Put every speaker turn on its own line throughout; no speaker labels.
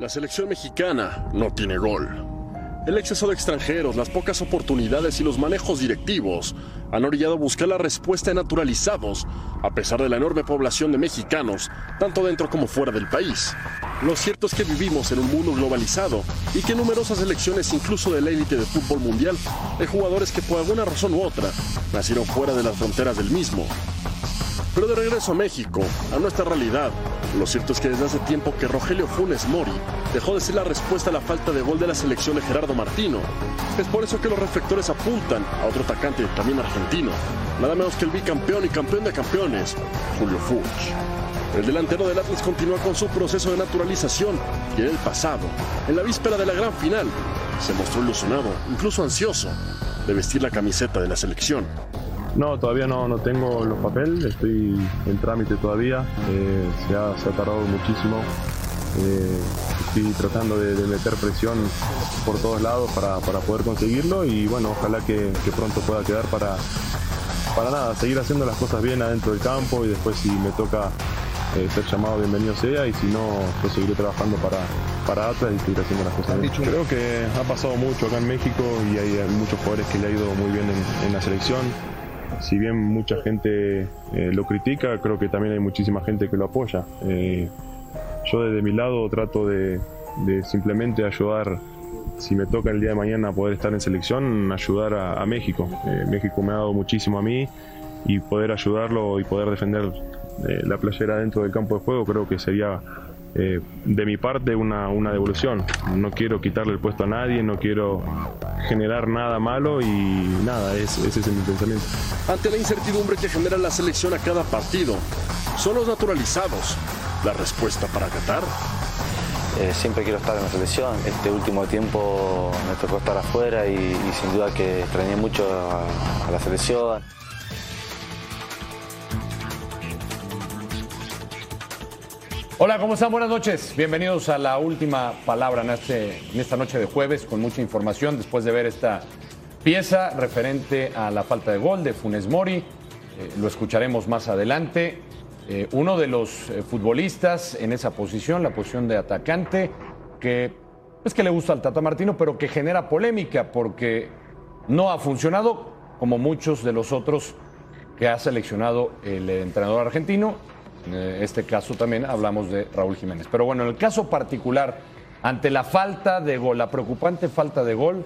La selección mexicana no tiene gol. El exceso de extranjeros, las pocas oportunidades y los manejos directivos han orillado a buscar la respuesta de naturalizados, a pesar de la enorme población de mexicanos, tanto dentro como fuera del país. Lo cierto es que vivimos en un mundo globalizado y que numerosas elecciones, incluso de la élite de fútbol mundial, de jugadores que por alguna razón u otra nacieron fuera de las fronteras del mismo. Pero de regreso a México, a nuestra realidad, lo cierto es que desde hace tiempo que Rogelio Funes Mori dejó de ser la respuesta a la falta de gol de la selección de Gerardo Martino. Es por eso que los reflectores apuntan a otro atacante también argentino, nada menos que el bicampeón y campeón de campeones, Julio Fuchs. El delantero del Atlas continúa con su proceso de naturalización y en el pasado, en la víspera de la gran final, se mostró ilusionado, incluso ansioso, de vestir la camiseta de la selección.
No, todavía no, no tengo los papeles, estoy en trámite todavía, eh, se, ha, se, ha, tardado muchísimo. Eh, estoy tratando de, de, meter presión por todos lados para, para poder conseguirlo y bueno, ojalá que, que, pronto pueda quedar para, para nada, seguir haciendo las cosas bien adentro del campo y después si me toca eh, ser llamado bienvenido sea y si no, yo seguiré trabajando para, para Atlas y seguir haciendo las cosas bien. Creo que ha pasado mucho acá en México y hay, hay muchos jugadores que le ha ido muy bien en, en la selección si bien mucha gente eh, lo critica, creo que también hay muchísima gente que lo apoya. Eh, yo desde mi lado trato de, de, simplemente ayudar, si me toca el día de mañana poder estar en selección, ayudar a, a México. Eh, México me ha dado muchísimo a mí y poder ayudarlo y poder defender eh, la playera dentro del campo de juego creo que sería eh, de mi parte una, una, devolución. No quiero quitarle el puesto a nadie, no quiero generar nada malo y nada, es, ese es mi pensamiento.
Ante la incertidumbre que genera la selección a cada partido, ¿son los naturalizados la respuesta para Qatar?
Eh, siempre quiero estar en la selección. Este último tiempo me tocó estar afuera y, y sin duda que extrañé mucho a, a la selección.
Hola, ¿cómo están? Buenas noches. Bienvenidos a la última palabra en, este, en, esta noche de jueves con mucha información después de ver esta pieza referente a la falta de gol de Funes Mori. Eh, lo escucharemos más adelante. Eh, uno de los eh, futbolistas en esa posición, la posición de atacante, que es pues, que le gusta al Tata Martino, pero que genera polémica porque no ha funcionado como muchos de los otros que ha seleccionado el entrenador argentino en este caso también hablamos de Raúl Jiménez. Pero bueno, en el caso particular, ante la falta de gol, la preocupante falta de gol,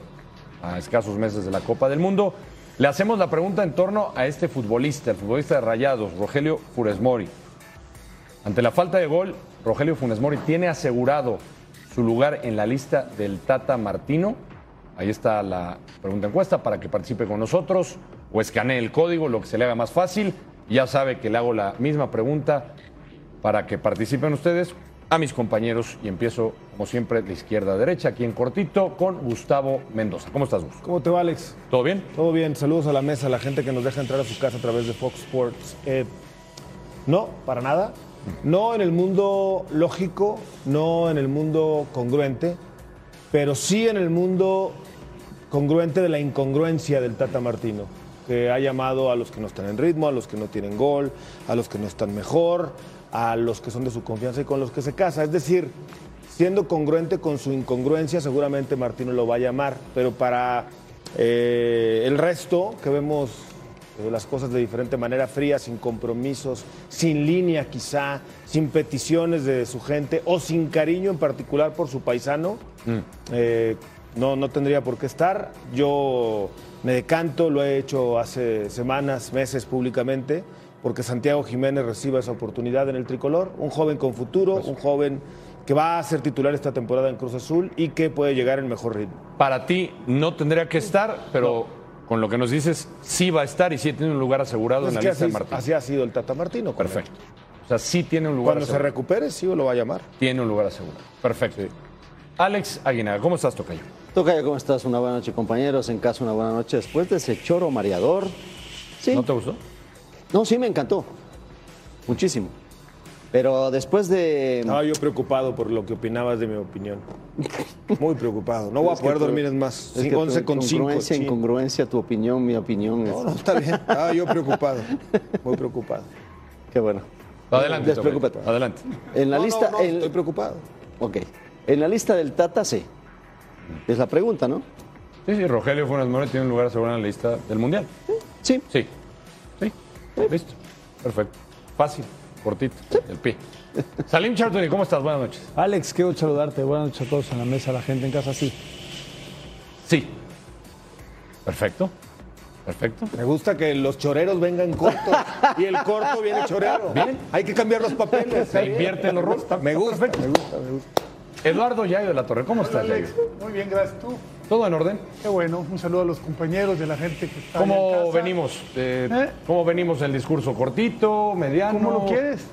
a escasos meses de la Copa del Mundo, le hacemos la pregunta en torno a este futbolista, el futbolista de Rayados, Rogelio Funes Mori. Ante la falta de gol, Rogelio Funes Mori tiene asegurado su lugar en la lista del Tata Martino. Ahí está la pregunta encuesta para que participe con nosotros o escanee el código, lo que se le haga más fácil. Ya sabe que le hago la misma pregunta para que participen ustedes a mis compañeros y empiezo, como siempre, de izquierda a derecha, aquí en cortito, con Gustavo Mendoza. ¿Cómo estás, Gus?
¿Cómo te va, Alex?
¿Todo bien?
Todo bien. Saludos a la mesa, a la gente que nos deja entrar a su casa a través de Fox Sports. Eh, no, para nada. No en el mundo lógico, no en el mundo congruente, pero sí en el mundo congruente de la incongruencia del Tata Martino que ha llamado a los que no están en ritmo, a los que no tienen gol, a los que no están mejor, a los que son de su confianza y con los que se casa. Es decir, siendo congruente con su incongruencia, seguramente Martino lo va a llamar, pero para eh, el resto, que vemos eh, las cosas de diferente manera, fría, sin compromisos, sin línea quizá, sin peticiones de su gente o sin cariño en particular por su paisano, mm. eh, no, no tendría por qué estar. Yo me decanto, lo he hecho hace semanas, meses públicamente, porque Santiago Jiménez reciba esa oportunidad en el tricolor. Un joven con futuro, pues, un joven que va a ser titular esta temporada en Cruz Azul y que puede llegar en mejor ritmo.
Para ti no tendría que estar, pero no. con lo que nos dices, sí va a estar y sí tiene un lugar asegurado pues en la lista
así,
de Martín.
Así ha sido el Tata Martino.
Perfecto. Él. O sea, sí tiene un lugar
Cuando asegurado. se recupere, sí lo va a llamar.
Tiene un lugar asegurado. Perfecto. Sí. Alex Aguinaga, ¿cómo estás, Tocayo?
Tocayo, ¿cómo estás? Una buena noche, compañeros. En casa, una buena noche. Después de ese choro mareador.
¿sí? ¿No te gustó?
No, sí, me encantó. Muchísimo. Pero después de.
Estaba yo preocupado por lo que opinabas de mi opinión. Muy preocupado. No voy a poder dormir en más.
Es que 11 con incongruencia, cinco. incongruencia, tu opinión, mi opinión.
No, no, está bien. Estaba yo preocupado. Muy preocupado.
Qué bueno.
Adelante. Despreocúpate. Adelante.
En la
no,
lista.
No, no, en... Estoy preocupado.
Ok. En la lista del Tata, sí. Es la pregunta, ¿no?
Sí, sí, Rogelio Funes Mori tiene un lugar seguro en la lista del Mundial.
Sí.
Sí. Sí. Listo. Perfecto. Fácil, cortito, el pie. Salim Chartuni, ¿cómo estás? Buenas noches.
Alex, quiero saludarte. Buenas noches a todos en la mesa, a la gente en casa, sí.
Sí. Perfecto. Perfecto.
Me gusta que los choreros vengan cortos y el corto viene chorero.
Bien.
Hay que cambiar los papeles.
Se invierte en los roles.
Me gusta, me gusta.
Eduardo Yayo de la Torre, ¿cómo estás, Yayo?
Alex, muy bien, gracias tú.
¿Todo en orden?
Qué bueno, un saludo a los compañeros de la gente que está allá en
¿Cómo
casa.
venimos? Eh,
¿Eh?
¿Cómo venimos el discurso? ¿Cortito? ¿Mediano?
¿Cómo lo quieres?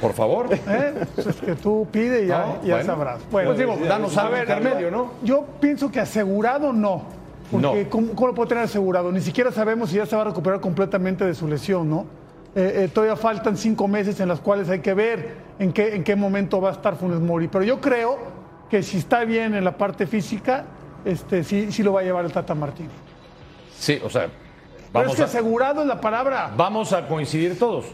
Por favor.
¿Eh? Pues es que tú pide y ya,
No,
ya
bueno.
sabrás.
Pues digo, danos algo intermedio, ¿no?
Yo pienso que asegurado no. Porque
No.
¿cómo, cómo lo puede tener asegurado? Ni siquiera sabemos si ya se va a recuperar completamente de su lesión, ¿no? Eh, eh, todavía faltan cinco meses en las cuales hay que ver en qué, en qué momento va a estar Funes Mori. Pero yo creo que si está bien en la parte física, este, sí, sí lo va a llevar el Tata Martínez.
Sí, o sea,
Pero es
vamos,
que
a,
asegurado es la palabra.
vamos a coincidir todos.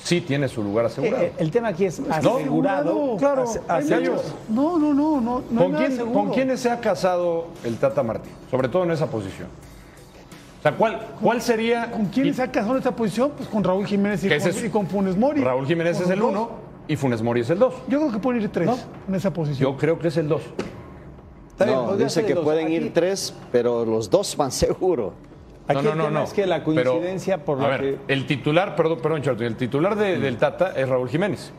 Sí tiene su lugar asegurado.
Eh, eh, el tema aquí es asegurado.
claro.
ase-
hay
ase-
muchos. No, no, no, no. no hay
¿Con,
nada
quién,
seguro.
con quiénes se ha casado el Tata Martín? Sobre todo en esa posición. O sea, ¿cuál, cuál sería.
¿Con
y-
quiénes se ha casado en esta posición? Pues con Raúl Jiménez y,
Que
con,
ese es-
y con Funes Mori.
Raúl Jiménez
Con
es el
los dos.
uno y Funes Mori es el dos.
Yo creo que pueden ir tres
¿No?
en esa posición.
Yo creo que es el dos.
Está bien,
no,
podría
dice
ser
que
los-
pueden
aquí-
ir tres, pero los dos van seguro.
Aquí
No, no,
el
no,
tema
no.
es que la
Pero,
coincidencia por
a
la
ver,
que. Mm.
El titular, perdón, perdón, Charlton, el titular de- del Tata es Raúl Jiménez.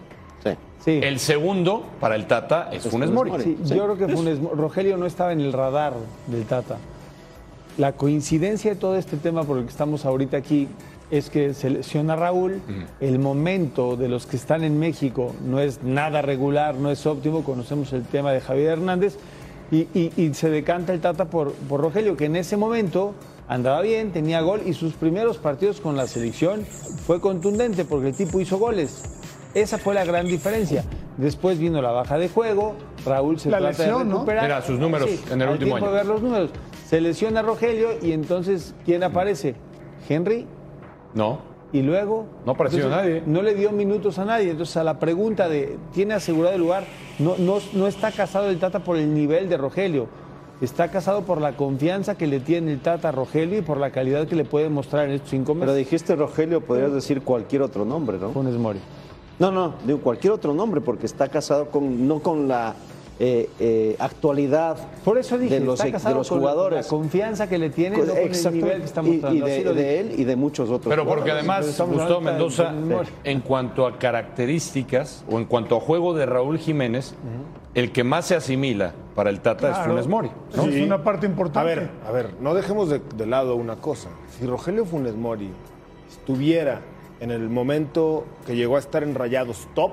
Sí.
Sí.
El segundo para el Tata es, Funes Mori.
Sí,
Sí.
Yo creo que Funes- Rogelio no estaba en el radar del Tata. La coincidencia de todo este tema por el que estamos ahorita aquí es que se lesiona Raúl, el momento de los que están en México no es nada regular, no es óptimo, conocemos el tema de Javier Hernández y, y- y se decanta el Tata por, por Rogelio, que en ese momento andaba bien, tenía gol y sus primeros partidos con la selección fue contundente porque el tipo hizo goles. Esa fue la gran diferencia. Después vino la baja de juego, Raúl se
La
trata
lesión,
de
¿no?
recuperar.
Mira, sus números en el
al
último
tiempo
año.
de ver los números. Se lesiona Rogelio y entonces, ¿quién aparece? Henry
No.
y luego...
No apareció
Entonces,
nadie.
No le dio minutos a nadie. Entonces, a la pregunta de, ¿tiene asegurado el lugar? No, no, no está casado el Tata por el nivel de Rogelio. Está casado por la confianza que le tiene el Tata a Rogelio y por la calidad que le puede mostrar en estos cinco
Pero
meses.
dijiste Rogelio, podrías decir cualquier otro nombre, ¿no?
Funes Mori.
No, no, digo cualquier otro nombre porque está casado con no con la eh, eh, actualidad
Por eso dije,
de los,
está
ex-
casado
de los
con la- con
jugadores.
la confianza que le tiene no con el
Exacto.
nivel que está
y,
mostrando.
y
Así
de,
lo dije.
de él y de muchos otros.
Pero porque
jugadores.
además
estamos
Gustavo
hablando de
Mendoza,
Funes Mori.
en cuanto a características o en cuanto a juego de Raúl Jiménez, el que más se asimila para el Tata es
Claro.
Funes Mori.
Esa
Sí.
Es una parte importante.
A ver, a ver, no dejemos de, de lado una cosa. Si Rogelio Funes Mori estuviera en el momento que llegó a estar en Rayados top,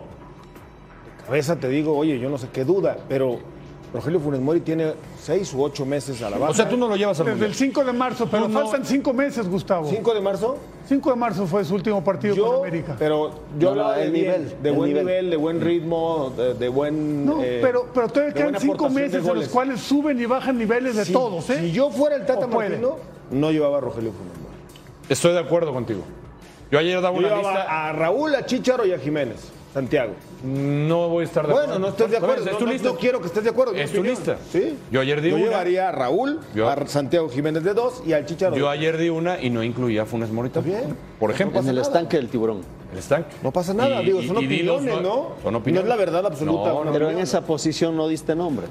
de cabeza te digo, oye, yo no sé qué duda, pero Rogelio Funes Mori tiene seis u ocho meses a la baja.
O sea, tú no lo llevas al
Desde el
mundial.
5 de marzo, pero
No, no.
faltan cinco meses, Gustavo. 5
¿Cinco de marzo?
de marzo fue su último partido con
Yo,
América.
pero yo
No, no,
hablaba de
el
nivel,
nivel,
de
el
buen
nivel.
nivel. de buen ritmo, de, de buen.
no,
eh,
pero, pero todavía
de
quedan
buena
cinco
aportación de
meses en los
goles.
cuales suben y bajan niveles de
Si-
todos, ¿eh?
Si yo fuera el Tata
O puede.
Martino, no llevaba a Rogelio Funes Mori.
Estoy de acuerdo contigo. Yo ayer daba
Yo
una
llevaba
lista.
a Raúl, a Chicharo y a Jiménez, Santiago.
No voy a estar de acuerdo.
Bueno, no estoy de acuerdo.
Bueno, es
no-
tu
no,
lista.
no quiero que estés de acuerdo.
Es
mi
tu
opinión.
lista.
Sí.
Yo ayer di
Yo
una.
llevaría a Raúl,
Yo-
a Santiago Jiménez de dos y al Chicharo.
Yo ayer di una y no incluía a Funes Mori tampoco.
bien.
Por ejemplo,
en el estanque del tiburón.
el estanque.
No pasa nada,
Y-
digo,
y-
son
y di dos
opiniones,
nue-
¿no?
Son
No
opiniones.
es la verdad absoluta,
No,
una
no.
Pero en esa posición no diste nombre.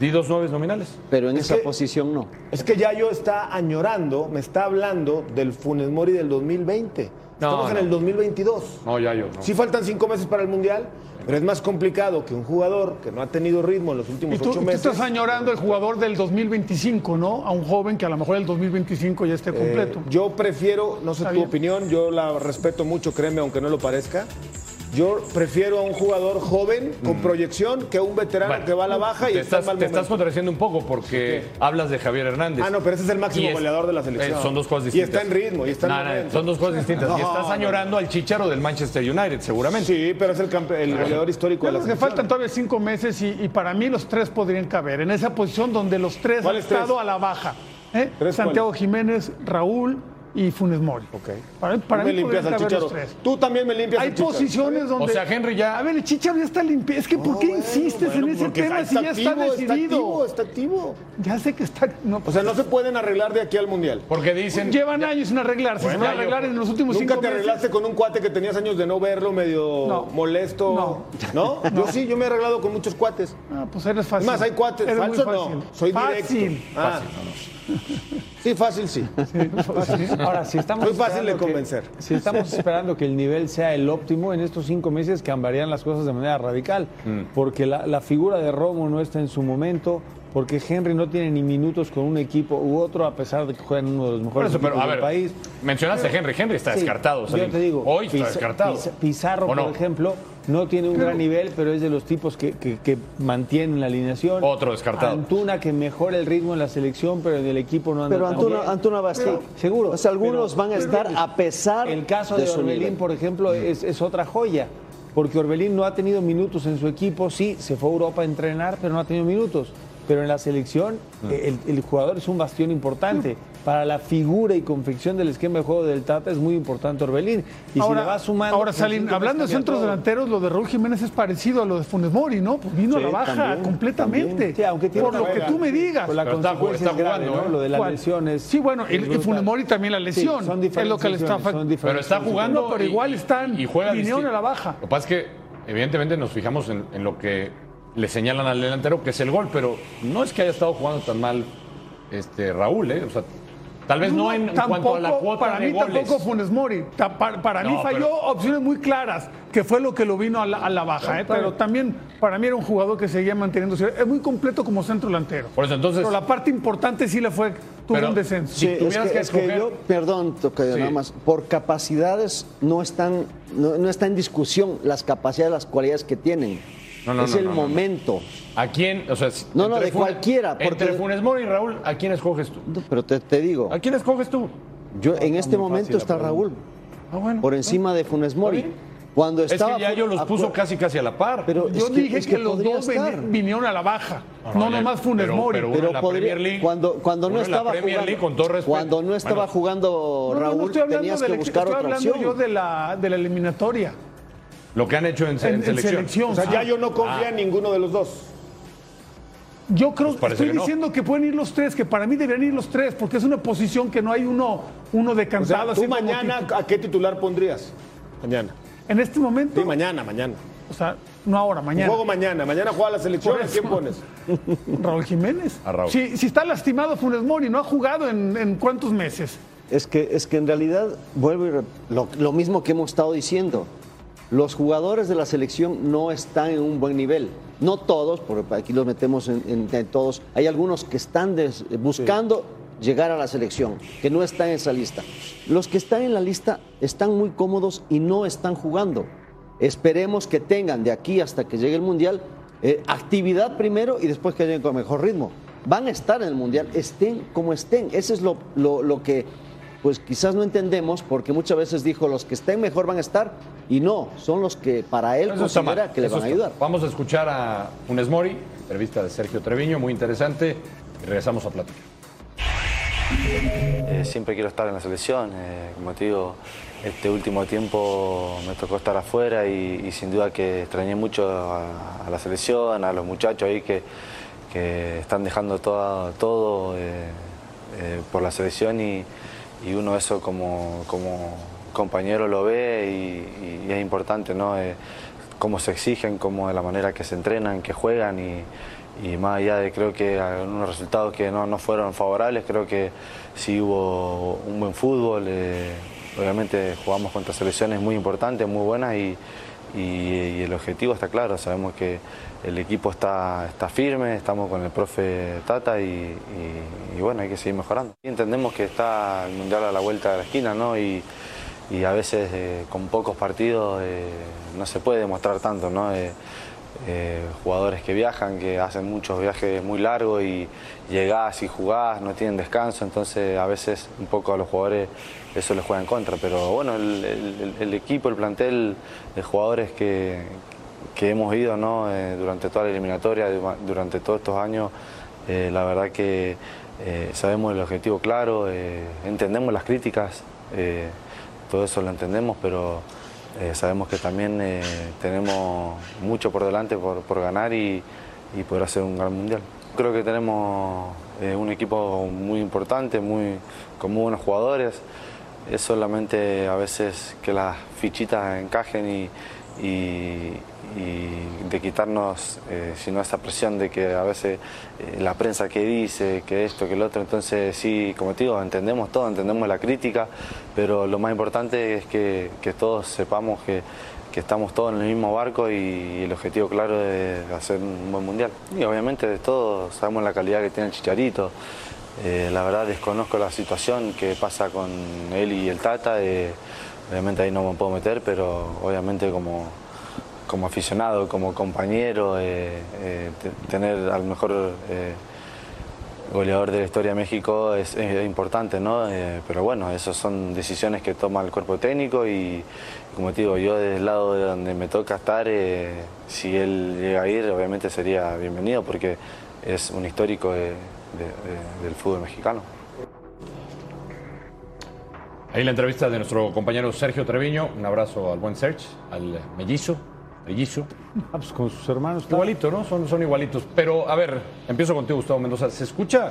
Di dos nueve nominales.
Pero en
Es
esa
que-
posición no.
Es que ya yo está añorando, me está hablando del Funes Mori del 2020.
No,
Estamos en
no.
el 2022.
No, ya yo. no.
Sí faltan cinco meses para el Mundial, pero es más complicado que un jugador que no ha tenido ritmo en los
Y
últimos
tú, y
ocho
tú
meses.
estás añorando el jugador del 2025, ¿no? A un joven que a lo mejor el 2025 ya esté
Eh,
completo.
yo prefiero, no sé
Está
tu
bien.
opinión, yo la respeto mucho, créeme, aunque no lo parezca. Yo prefiero a un jugador joven con proyección que a un veterano
Mm. Bueno,
que va a la baja y
te
está en
estás,
mal
te estás
momento.
contradiciendo un poco porque hablas de Javier Hernández.
Ah, no, pero ese es el máximo
Y es-
goleador de la selección.
eh, son dos cosas
Y
distintas.
está en ritmo, y está en
No, no,
momento.
son dos cosas distintas. y estás
No,
añorando al chicharo del Manchester United, seguramente.
Sí, pero es el, campe- el goleador histórico
Yo
de la
creo que
selección.
faltan todavía cinco meses y, y para mí los tres podrían caber. En esa posición donde los tres han
¿Cuáles
estado
tres?
a la baja. ¿eh?
¿Tres
Santiago Jiménez, Raúl y Funes Mori. Para, para
Tú me
mí
limpias
podrían
al
caber los
Chicharo.
tres.
Tú también me limpias
Hay
al Chicharo.
posiciones donde.
O sea, Henry ya-
A ver, el Chicharo ya está limpio. Es que, ¿por qué insistes
Oh, Bueno,
en ese
porque
tema si
está
ya está
activo,
decidido?
Está activo, está activo.
Ya sé que está. No,
O sea, no se pueden arreglar de aquí al Mundial.
Porque dicen.
llevan años sin arreglarse. se
Bueno,
van a
ya yo-
arreglar en los últimos
Nunca
cinco
te
meses.
arreglaste con un cuate que tenías años de no verlo, medio
No.
molesto. No. Yo sí, yo me he arreglado con muchos cuates.
Ah, pues eres
Es
fácil.
más, hay cuates.
Eres muy
¿Falso o no?
fácil.
Soy
fácil.
directo. Ah. Sí, fácil sí.
Ahora, si estamos
Soy fácil
esperando
de
que-
convencer.
si estamos esperando que el nivel sea el óptimo, en estos cinco meses cambiarían las cosas de manera radical.
Mm.
Porque la, la figura de Romo no está en su momento, porque Henry no tiene ni minutos con un equipo u otro, a pesar de que juega en uno de los
Por
mejores
eso, pero
equipos
a
del
ver,
país.
mencionaste a Henry. Henry está
Sí,
descartado.
Yo
Salim.
te digo,
Hoy está
Piza-
descartado.
Piza- Pizarro,
¿O no?
por ejemplo, no tiene un gran nivel, pero es de los tipos que, que- que mantienen la alineación.
Otro descartado.
Antuna que mejora el ritmo en la selección, pero en el equipo no anda
Pero
tan
Antuna,
bien.
Antuna va a estar.
Seguro.
O sea, algunos
Pero-
van a estar a pesar
El caso de,
de su
Orbelín,
nivel.
por ejemplo, es, es otra joya. Porque Orbelín no ha tenido minutos en su equipo, sí, se fue a Europa a entrenar, pero no ha tenido minutos. Pero en la selección, el, el jugador es un bastión importante. Para la figura y confección del esquema de juego del Tata es muy importante Orbelín. Y si le va sumando.
ahora
pues,
Salim,
siento que
hablando de
cambia
centros
todo.
delanteros, lo de Raúl Jiménez es parecido a lo de Funes Mori, ¿no? Pues vino a la
Sí,
baja
también,
completamente.
Sí, aunque tiene
por
una
lo que
buena-
tú me digas.
Pues la
Pero está
consecuencia
jugando,
es
está
grave, ¿no?
jugando, ¿eh?
Lo de las
¿Cuál?
lesiones.
Sí, bueno, y- y
brutal.
Funes Mori también la lesión.
Sí, son
Es lo que le está
diferenciaciones, son
afectando.
Pero está jugando.
No, pero
y-
igual están-
Y juega
vinieron
disti-
a la baja.
Lo que pasa es que, evidentemente, nos fijamos en, en lo que le señalan al delantero, que es el gol, pero no es que haya estado jugando tan mal este Raúl, ¿eh? O sea, tal vez no, en, en cuanto a la
tampoco-
cuota
para
de
mí
goles.
tampoco Funes Mori. Ta- Para, para mí
No,
falló
pero-
opciones muy claras, que fue lo que lo vino a la, a la baja. ¿eh? Pero también para mí era un jugador que seguía manteniéndose. Es muy completo como centro delantero.
Por eso, entonces-
Pero la parte importante sí le fue, tuvo
Pero-
un descenso.
Sí. Si
es
tuvieras
que,
que
es que
escoger-
yo, perdón, Tocayo,
Sí.
nada más, por capacidades no están, no, no está en discusión las capacidades, las cualidades que tienen.
No, no,
es
no,
el
no, no.
momento.
¿A quién? O sea, si-
No, no,
entre
de cualquiera, porque-
Entre Funes Mori y Raúl, ¿a quién escoges tú?
No, Pero te, te digo,
¿A quién escoges tú?
yo en este momento está Raúl
Ah, bueno.
por encima de Funes Mori. Cuando
Es
estaba
que ya yo los
acu-
puso casi casi a la par.
Pero
Yo
es que,
dije
es
que,
que
los
podría
dos veni-
estar.
vinieron a la baja.
No,
No,
no, ya-
nomás Funes
pero-
Mori.
pero uno
pero
en la
podría-
Premier League,
cuando cuando
uno
no
en la
estaba
Premier
jugando,
League, con todo respeto.
cuando no estaba
Bueno.
jugando
No, no, no,
Raúl
estoy hablando
tenías
del
que
equi-
buscar
estoy
otra
hablando
opción.
yo de la, de la eliminatoria.
Lo que han hecho en, se-
En-
en
en
selección.
selección. Ah.
O sea, ya yo no confío en ninguno de los dos.
Yo creo
Pues parece
estoy
que no.
diciendo que pueden ir los tres, que para mí deberían ir los tres, porque es una posición que no hay uno, uno
O sea,
decantado.
tú
así como
mañana, ¿a qué titular pondrías? Mañana.
que- En este momento,
Sí, mañana, mañana.
o sea, no ahora, mañana.
Juego mañana. Mañana juega la selección.
Por
¿a
eso.
¿Quién pones?
Raúl Jiménez.
A Raúl.
Si, si está lastimado Funes Mori, no ha jugado en, en cuántos meses.
Es que, es que en realidad, vuelvo y re- lo, lo mismo que hemos estado diciendo. Los jugadores de la selección no están en un buen nivel. No todos, porque aquí los metemos en, en- en todos. Hay algunos que están des- eh, buscando llegar a la selección, que no están en esa lista. Los que están en la lista están muy cómodos y no están jugando. Esperemos que tengan de aquí hasta que llegue el Mundial eh, actividad primero y después que lleguen con mejor ritmo. Van a estar en el Mundial, estén como estén. Eso es lo, lo- lo que pues quizás no entendemos porque muchas veces dijo los que estén mejor van a estar y no, son los que para él
Eso está mal,
considera que le
eso
van a
está mal.
ayudar.
Vamos a escuchar a Funes Mori, entrevista de Sergio Treviño, muy interesante. Y regresamos a platicar.
Eh, siempre quiero estar en la selección. eh, como te digo, este último tiempo me tocó estar afuera y, y sin duda que extrañé mucho a, a la selección, a los muchachos ahí que, que están dejando toda- todo eh, eh, por la selección y, y uno eso como, como compañero lo ve y, y- y es importante, ¿no? Eh, cómo se exigen, cómo de la manera que se entrenan, que juegan y, y más allá de creo que algunos resultados que no, no fueron favorables, creo que sí hubo un buen fútbol, eh, obviamente jugamos contra selecciones muy importantes, muy buenas y, y- y el objetivo está claro, sabemos que el equipo está, está firme, estamos con el profe Tata y, y- y bueno, hay que seguir mejorando. Y entendemos que está el Mundial a la vuelta de la esquina, ¿no? Y, y a veces eh, con pocos partidos eh, no se puede demostrar tanto, ¿no? Eh, eh, jugadores que viajan, que hacen muchos viajes muy largos y llegás y jugás, no tienen descanso, entonces a veces un poco a los jugadores eso les juega en contra, pero bueno, el, el- el equipo, el plantel de jugadores que, que hemos ido ¿no? Eh, durante toda la eliminatoria, dura- durante todos estos años, eh, la verdad que eh, sabemos el objetivo claro, eh, entendemos las críticas, eh, todo eso lo entendemos, pero eh, sabemos que también eh, tenemos mucho por delante por, por ganar y, y poder hacer un gran mundial. Creo que tenemos eh, un equipo muy importante, muy, con muy buenos jugadores. Es solamente a veces que las fichitas encajen y, y- y de quitarnos, eh, si no, esa presión de que a veces eh, la prensa que dice, que esto, que lo otro. Entonces, sí, como te digo, entendemos todo, entendemos la crítica, pero lo más importante es que, que todos sepamos que, que estamos todos en el mismo barco y, el objetivo claro es hacer un buen mundial. Y obviamente todos sabemos la calidad que tiene el Chicharito. Eh, la verdad desconozco la situación que pasa con él y el Tata. eh, obviamente ahí no me puedo meter, pero obviamente como, como aficionado, como compañero, eh, eh, te- tener al mejor eh, goleador de la historia de México es, es importante, ¿no? Eh, pero bueno, esas son decisiones que toma el cuerpo técnico y, como te digo, yo desde el lado de donde me toca estar, eh, si él llega a ir, obviamente sería bienvenido porque es un histórico eh, de- de- del fútbol mexicano.
Ahí la entrevista de nuestro compañero Sergio Treviño. Un abrazo al buen Serge, al mellizo, mellizo.
Ah, pues con sus hermanos. claro.
Igualito, ¿no? Son, son igualitos. Pero, a ver, empiezo contigo, Gustavo Mendoza. ¿Se escucha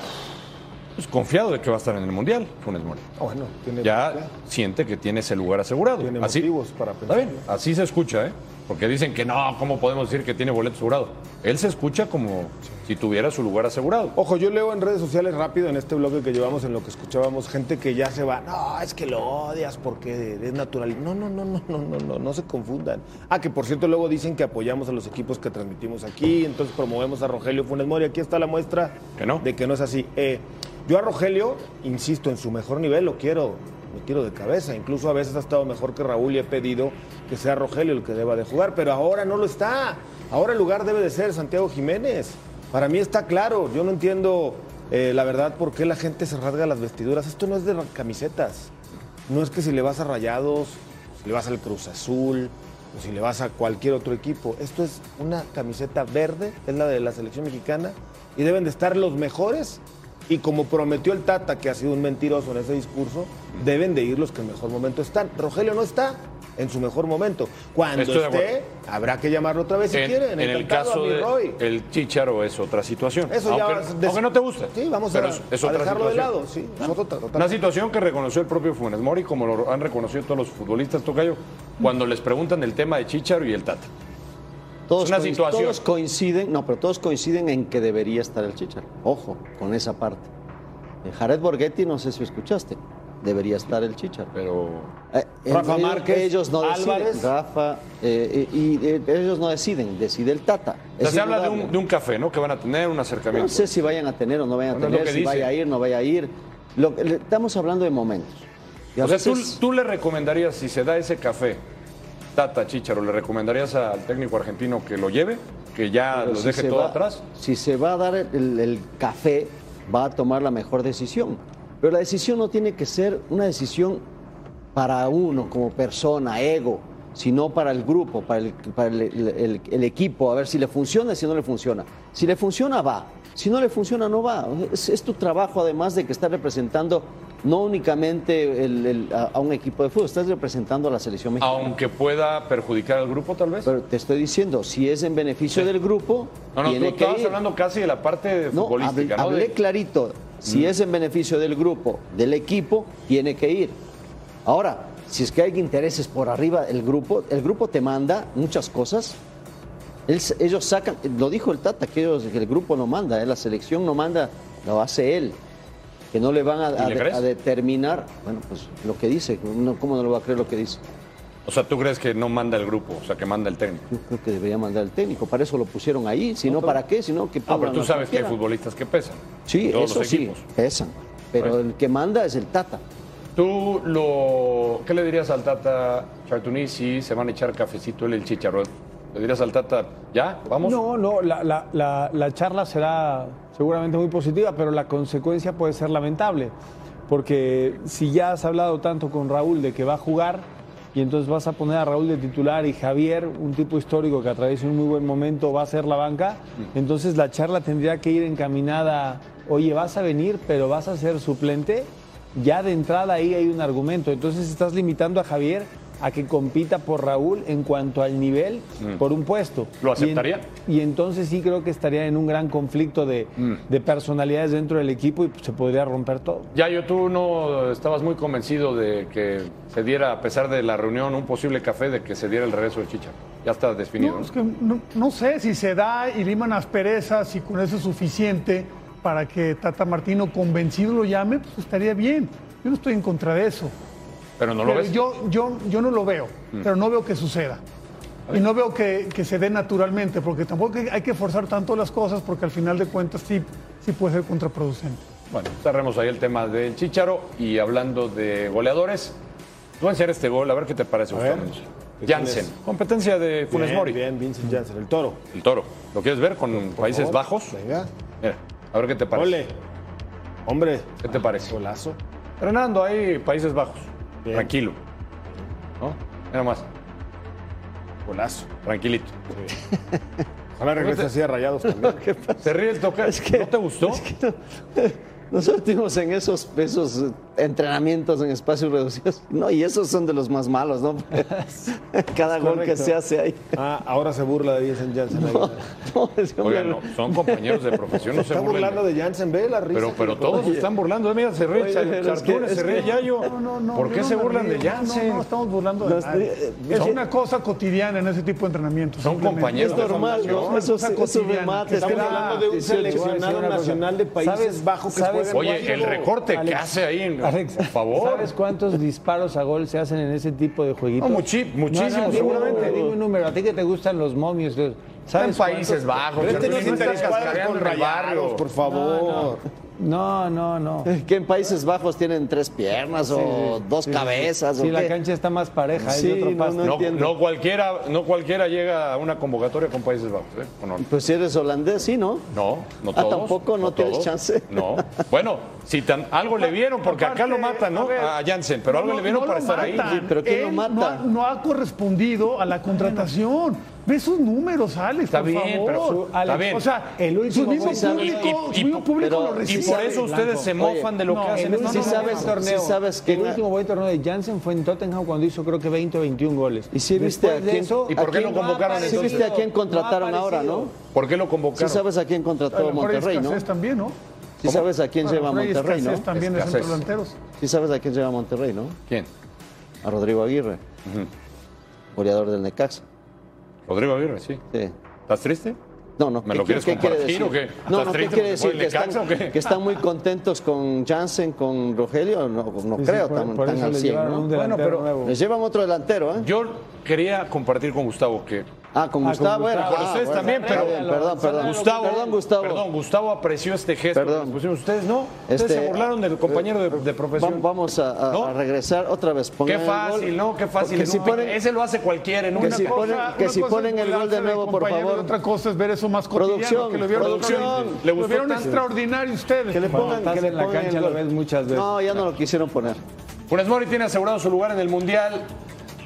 pues, confiado de que va a estar en el Mundial, Funes Mori?
Ah, bueno, tiene,
Ya siente que tiene ese lugar asegurado.
tiene
Así-
motivos para
Está
pensar.
bien, así se escucha, ¿eh? Porque dicen que no, ¿cómo podemos decir que tiene boleto asegurado? Él se escucha como si tuviera su lugar asegurado.
Ojo, yo leo en redes sociales rápido en este bloque que llevamos, en lo que escuchábamos, gente que ya se va. No, es que lo odias porque es natural. No, no, no, no, no, no, no, no se confundan. Ah, que por cierto, luego dicen que apoyamos a los equipos que transmitimos aquí, entonces promovemos a Rogelio Funes Mori. Aquí está la muestra
Que no.
de que no es así. Eh, yo a Rogelio, insisto, en su mejor nivel lo quiero, lo quiero de cabeza. Incluso a veces ha estado mejor que Raúl y he pedido que sea Rogelio el que deba de jugar, pero ahora no lo está. Ahora el lugar debe de ser Santiago Jiménez. Para mí está claro, yo no entiendo eh, la verdad por qué la gente se rasga las vestiduras. Esto no es de ra- camisetas. No es que si le vas a Rayados, si le vas al Cruz Azul o si le vas a cualquier otro equipo. Esto es una camiseta verde, es la de la selección mexicana, y deben de estar los mejores. Y como prometió el Tata, que ha sido un mentiroso en ese discurso, deben de ir los que en mejor momento están. Rogelio no está en su mejor momento. Cuando
Estoy de
esté,
acuerdo.
habrá que llamarlo otra vez si quieren.
en el
Encantado,
caso
a mi
del
Roy.
Chicharo es otra situación.
Eso ya
aunque,
es des-
aunque no te guste.
Sí, vamos
pero
a,
es- es
a
otra
dejarlo de
situación.
lado. Sí, es otra- totalmente.
Una situación que reconoció el propio Funes Mori, como lo han reconocido todos los futbolistas, Tocayo, cuando les preguntan el tema de Chicharo y el Tata.
Todos,
Es una
coinc-
situación.
todos coinciden, no, pero todos coinciden en que debería estar el Chichar. Ojo, con esa parte. Eh, Jared Borghetti, no sé si escuchaste, debería estar el Chichar.
Pero
Rafa Márquez,
ellos no deciden.
Álvarez.
Rafa, eh, y, y, eh, ellos no deciden, decide el Tata.
o sea,
Es
se habla de
indudable.
un, de un café, ¿no? Que van a tener un acercamiento.
No sé si vayan a tener o no vayan a
Bueno, es lo
tener,
que
si
dice.
vaya a ir, no vaya a ir. Lo que- le- estamos hablando de momentos. Y a
O sea, ¿tú,
veces-
tú le recomendarías, si se da ese café, Tata Chicharo, ¿le recomendarías al técnico argentino que lo lleve? ¿Que ya
Pero
los
si
deje
Pues se
todo
va-
atrás?
Si se va a dar el, el café, va a tomar la mejor decisión. Pero la decisión no tiene que ser una decisión para uno como persona, ego, sino para el grupo, para el, para el- el- el- el equipo, a ver si le funciona, si no le funciona. Si le funciona, va. Si no le funciona, no va. Es, es tu trabajo, además de que estás representando no únicamente el- el- a, a un equipo de fútbol, estás representando a la selección mexicana.
Aunque pueda perjudicar al grupo, tal vez.
Pero te estoy diciendo, si es en beneficio del grupo,
no, no, tú
tiene que
estabas
ir.
hablando casi de la parte de
No, hablé,
futbolística, ¿no?
hablé
De- Mm.
clarito. Si es en beneficio del grupo, del equipo, tiene que ir. Ahora, si es que hay intereses por arriba del grupo, el grupo te manda muchas cosas. Él- ellos sacan, lo dijo el Tata, que, ellos- que el grupo no manda, eh, la selección no manda, lo hace él. Que no le van a, a
le
de-
crees?
a determinar, bueno, pues lo que dice, uno, ¿cómo no lo va a creer lo que dice?
O sea, ¿tú crees que no manda el grupo? O sea, que manda el técnico.
Yo creo que debería mandar el técnico, para eso lo pusieron ahí, si no, ¿para qué? Si no, que
Ah, pero
pongan
tú
a
sabes que hay
cualquiera.
futbolistas que pesan.
Sí,
Todos
eso
los
sí,
equipos.
pesan. Pero el que manda es el Tata.
¿Tú lo, qué le dirías al Tata Chartuní si se van a echar cafecito él y el Chicharro? ¿Le dirías al Tata, ya, vamos?
No, no, la, la- la- la charla será seguramente muy positiva, pero la consecuencia puede ser lamentable. Porque si ya has hablado tanto con Raúl de que va a jugar, y entonces vas a poner a Raúl de titular y Javier, un tipo histórico que atraviesa un muy buen momento, va a ser la banca, entonces la charla tendría que ir encaminada, oye, vas a venir, pero vas a ser suplente, ya de entrada ahí hay un argumento, entonces estás limitando a Javier a que compita por Raúl en cuanto al nivel por un puesto.
Mm.
Y en-
¿Lo aceptaría?
Y, entonces sí creo que estaría en un gran conflicto de,
Mm.
de personalidades dentro del equipo y se podría romper todo.
Yayo, tú no estabas muy convencido de que se diera, a pesar de la reunión, un posible café de que se diera el regreso de Chicha. Ya está definido.
No,
¿no?
es que no, no sé si se da y liman asperezas y con eso es suficiente para que Tata Martino convencido lo llame, pues estaría bien. Yo no estoy en contra de eso.
Pero no lo
Pero
ves. Mm.
Yo, yo, yo no lo veo, pero no veo que suceda. Y no veo que, que se dé naturalmente, porque tampoco hay que forzar tanto las cosas, porque al final de cuentas sí, sí puede ser contraproducente.
Bueno, cerremos ahí el tema del Chicharo y hablando de goleadores. Tú vas a hacer este gol, a ver qué te parece,
ver.
Gustavo. Muñoz. Jansen, competencia de Funes
Bien,
Mori.
bien, Vincent Janssen, el toro.
El toro. ¿Lo quieres ver con Países
favor.
Bajos?
Venga.
Mira, a ver qué te parece.
Ole. Hombre.
¿Qué te parece?
Golazo.
Fernando, ahí Países Bajos.
Bien.
Tranquilo. ¿No? Nada más.
Golazo.
Tranquilito.
Ojalá regrese así a rayados también.
¿Se ríe el toque? ¿No te gustó?
Nosotros tuvimos en esos, esos eh, entrenamientos en espacios reducidos. No, y esos son de los más malos, ¿no? Cada gol que
correcto.
se hace ahí.
Ah, ahora se burla de Vincent Janssen. ahí.
No, ese hombre-
Oigan, no, son compañeros de profesión, no se
Está
burlen.
burlando de Janssen, ve la risa.
Pero,
que
pero
le
todos se
pone.
están burlando. Mira, se ríe
Oye,
Char-
pero es que-
Chartunes, se
es
ríe
que-
Yayo.
No, no, no,
¿Por qué
yo no
se
me
burlan de
río,
Janssen?
No, no, estamos burlando de
Los-
nadie.
eh,
Es
son-
una cosa cotidiana en ese tipo de entrenamientos.
Son
simplemente.
compañeros
Es
de
normal,
formación.
¿no? Esos,
Cosa
esos
cotidiana, que
remates.
estamos
que-
hablando
de un seleccionado
una cosa.
nacional de Países Bajos que juega en
Oye, el recorte que hace ahí,
Alex,
por favor.
¿Sabes cuántos disparos a gol se hacen en ese tipo de jueguitos?
Oh. No, muchi-
digo,
muchísimos, seguramente.
Te digo un número, a ti que te gustan los momios. los-
Está en
¿Sabes
Países
cuántos?
Bajos.
Pero este no
Chartunes,
se
no
está
estés
cascareando con
cascareando en el
rayados,
barrio.
por favor.
No, no, no.
Que en Países Bajos tienen tres piernas o dos cabezas.
Si
o
la
qué.
cancha está más pareja, hay
Sí,
de otro
no,
pasto.
No,
entiendo.
no cualquiera, no cualquiera llega a una convocatoria con Países Bajos. ¿eh? ¿O no?
Pues si eres holandés, sí, ¿no?
No, no
Ah,
todos.
tampoco, no tienes
todos.
chance.
No. Bueno, si tan, algo le vieron, porque acá lo matan, ¿no?
ver,
A Janssen, pero
no,
algo
no,
le vieron
no
para
lo
estar ahí.
matan.
Sí, pero ¿quién lo
Él
mata?
No ha, no ha correspondido a la contratación. Ve sus números, Alex,
Está
por
bien,
favor.
pero su-
Alex,
está bien.
O sea,
El último
su mismo
gol sabe.
público,
Y- y-
su mismo
y-
público
pero-
lo
Y
recibe.
por eso ustedes se
Oye,
mofan de lo
no,
que hacen. este
El
Sí
Es
último
una
buen
sabes-
mamada.
torneo.
sí sabes que
el
na-
último buen torneo de Janssen fue en Tottenham cuando hizo creo que 20 o 21 goles.
¿Y si viste
Después
a
de
quién-
eso,
¿Y por qué
¿a quién
no convocaron
ha
Sí
entonces?
viste a quién
aparecido?
contrataron
No ha
ahora, ¿no?
aparecido.
¿Por qué lo
Sí
convocaron?
sabes a quién
A lo
contrató
mejor hay
Monterrey, ¿no?
escasez también, ¿no?
Sí sabes a
Ah,
quién
A lo
lleva
mejor hay
Monterrey, ¿no?
escasez también de
Escasez.
centros delanteros.
Sí sabes a quién lleva Monterrey, ¿no?
¿Quién?
A Rodrigo Aguirre, goleador del Necaxa.
Rodrigo Aguirre, sí.
Sí.
¿Estás triste?
No, no.
¿Me lo quieres compartir o qué?
No,
¿Estás
no, ¿qué
triste
quiere
porque fue
decir?
el
Que están,
Necaxa o qué?
que están muy contentos con Jansen, con Rogelio. No, no
Sí, sí,
creo,
por-
tan,
por
tan
eso
al
le
100,
llevaron
¿no?
un
Bueno,
delantero
pero-
nuevo.
Les llevan otro delantero, ¿eh?
Yo quería compartir con Gustavo que
Ah, con Gustavo
Gustavo.
era.
Con
Ah,
ustedes
bueno,
también,
está
pero
bien, Perdón, perdón.
Gustavo,
Perdón, Gustavo.
perdón, Gustavo apreció este gesto.
Perdón.
que les pusimos. Ustedes no, ustedes
Este,
se burlaron del compañero de, de
Va-
profesión.
Vamos a, a-
¿No?
a regresar otra vez.
Qué
Pongan el
fácil,
gol.
¿no? Qué fácil.
Que
¿no?
si ponen-
Ese lo hace cualquiera en
Que
una
si
ca-
ponen- que
una
si
cosa es
ponen el gol de
burlarse del
nuevo, por
compañero,
favor.
Otra cosa es ver eso más cotidiano.
Producción,
que lo vieron
producción.
otra vez.
Le gustó
Lo vieron
tanto.
extraordinario ustedes.
Que le
Cuando
pongan,
estás
que le
en la
pongan el
cancha lo
gol.
ves muchas veces.
No, ya no lo quisieron poner.
Funes Mori tiene asegurado su lugar en el Mundial.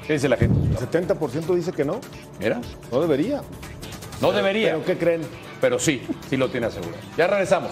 ¿Qué dice la gente?
El 70% dice que no.
Mira,
No debería.
no debería,
¿Pero qué creen?
pero sí, sí lo tiene asegurado. Ya regresamos.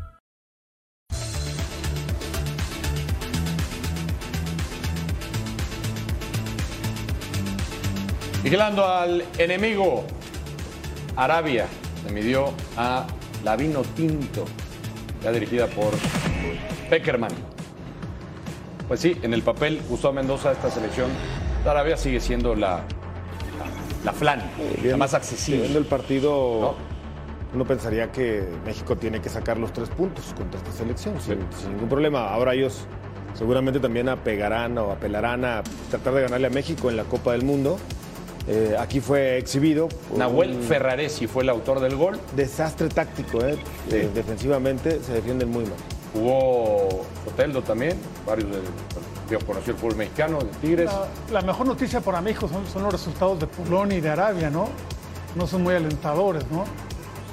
Vigilando al enemigo, Arabia se midió a Lavino Tinto, ya dirigida por Peckerman. Pues sí, en el papel, Gustavo Mendoza, esta selección de Arabia sigue siendo la, la, la flan, la más accesible.
Viendo el partido, uno pensaría que México tiene que sacar los tres puntos contra esta selección, sin, sin ningún problema. Ahora ellos seguramente también apegarán o apelarán a tratar de ganarle a México en la Copa del Mundo. Eh, aquí fue exhibido. por
Nahuel
un
Ferraresi fue el autor del gol.
Desastre táctico, ¿eh? Eh, defensivamente se defienden muy mal.
Jugó Oteldo también, varios de, Dios conoció el fútbol mexicano, de Tigres.
La, la mejor noticia para México son, son los resultados de Polonia y de Arabia, ¿no? No son muy alentadores, ¿no?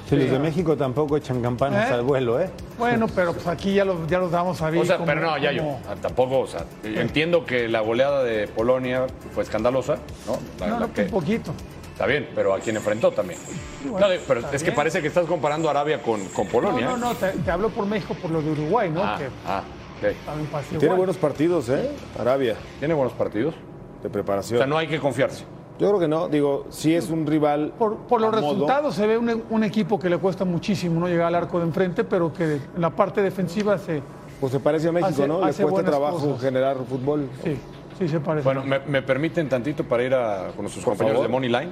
Sí, los de México tampoco echan campanas
¿Eh?
al vuelo, ¿eh?
Bueno, pero pues aquí ya los, ya los damos a ver.
O sea,
cómo-
pero no, ya yo.
cómo-
ah, Tampoco, o sea, entiendo que la goleada de Polonia fue escandalosa, ¿no? La-
No,
la
no,
que-
un poquito.
Está bien, pero a quien enfrentó también. No, de- pero
está
es que
bien.
parece que estás comparando a Arabia con, con
No,
Polonia.
no,
¿eh?
no, te, te hablo por México, por lo de Uruguay, ¿no?
Ah,
que
ah, ok.
también pasó
Tiene
igual.
buenos partidos, ¿eh? Arabia,
Tiene buenos partidos.
de
O
preparación.
sea, no hay que confiarse.
Yo creo que no, digo, sí es un rival.
Por, por los
a modo.
resultados se ve un, un equipo que le cuesta muchísimo no llegar al arco de enfrente, pero que en la parte defensiva se...
Pues se parece a México,
Hace-
¿no? Le
hace
cuesta
buenas
trabajo
cosas.
generar fútbol.
Sí, sí se parece.
Bueno, ¿me, me permiten tantito para ir a, con nuestros compañeros
favor.
de Money Line?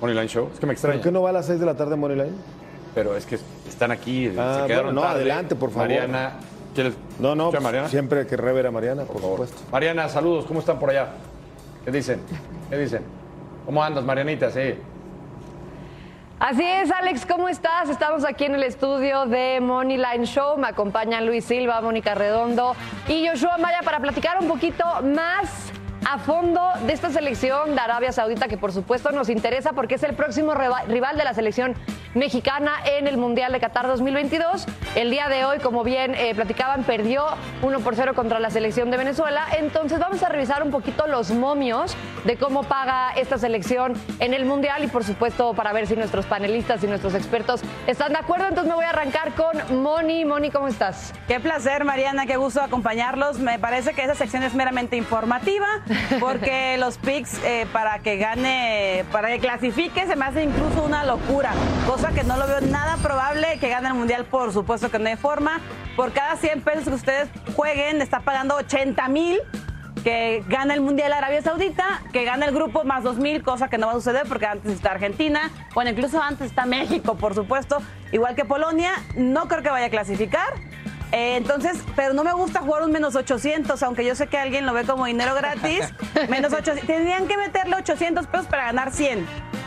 Money Line Show. Es que me
¿Por
extraña.
qué no va a las 6 de la tarde Moneyline?
Pero es que están aquí,
Ah,
se quedaron
bueno, no,
tarde.
adelante, por favor.
Mariana, ¿quieres?
No, no,
escuchar,
pues,
Mariana?
siempre que rever a Mariana, por,
Por favor.
supuesto.
Mariana, saludos, ¿cómo están por allá? ¿Qué dicen? ¿Qué dicen? ¿Cómo andas, Marianita? Sí.
Así es, Alex, ¿cómo estás? Estamos aquí en el estudio de Moneyline Show. Me acompañan Luis Silva, Mónica Redondo y Joshua Maya para platicar un poquito más a fondo de esta selección de Arabia Saudita que por supuesto nos interesa porque es el próximo reba- rival de la selección mexicana en el Mundial de Qatar 2022. El día de hoy, como bien eh, platicaban, perdió 1 por 0 contra la selección de Venezuela. Entonces vamos a revisar un poquito los momios de cómo paga esta selección en el Mundial y por supuesto para ver si nuestros panelistas y nuestros expertos están de acuerdo. Entonces me voy a arrancar con Moni. Moni, ¿cómo estás?
Qué placer, Mariana, qué gusto acompañarlos. Me parece que esa sección es meramente informativa, porque los picks eh, para que gane, para que clasifique, se me hace incluso una locura, cosa que no lo veo nada probable que gane el mundial, por supuesto que no hay forma. Por cada 100 pesos que ustedes jueguen, está pagando 80 mil. Que gane el Mundial Arabia Saudita, que gane el grupo más 2.000, cosa que no va a suceder porque antes está Argentina, bueno, incluso antes está México, por supuesto, igual que Polonia, no creo que vaya a clasificar. Eh, entonces, pero no me gusta jugar un menos 800, aunque yo sé que alguien lo ve como dinero gratis. Menos 800. Tendrían que meterle 800 pesos para ganar 100.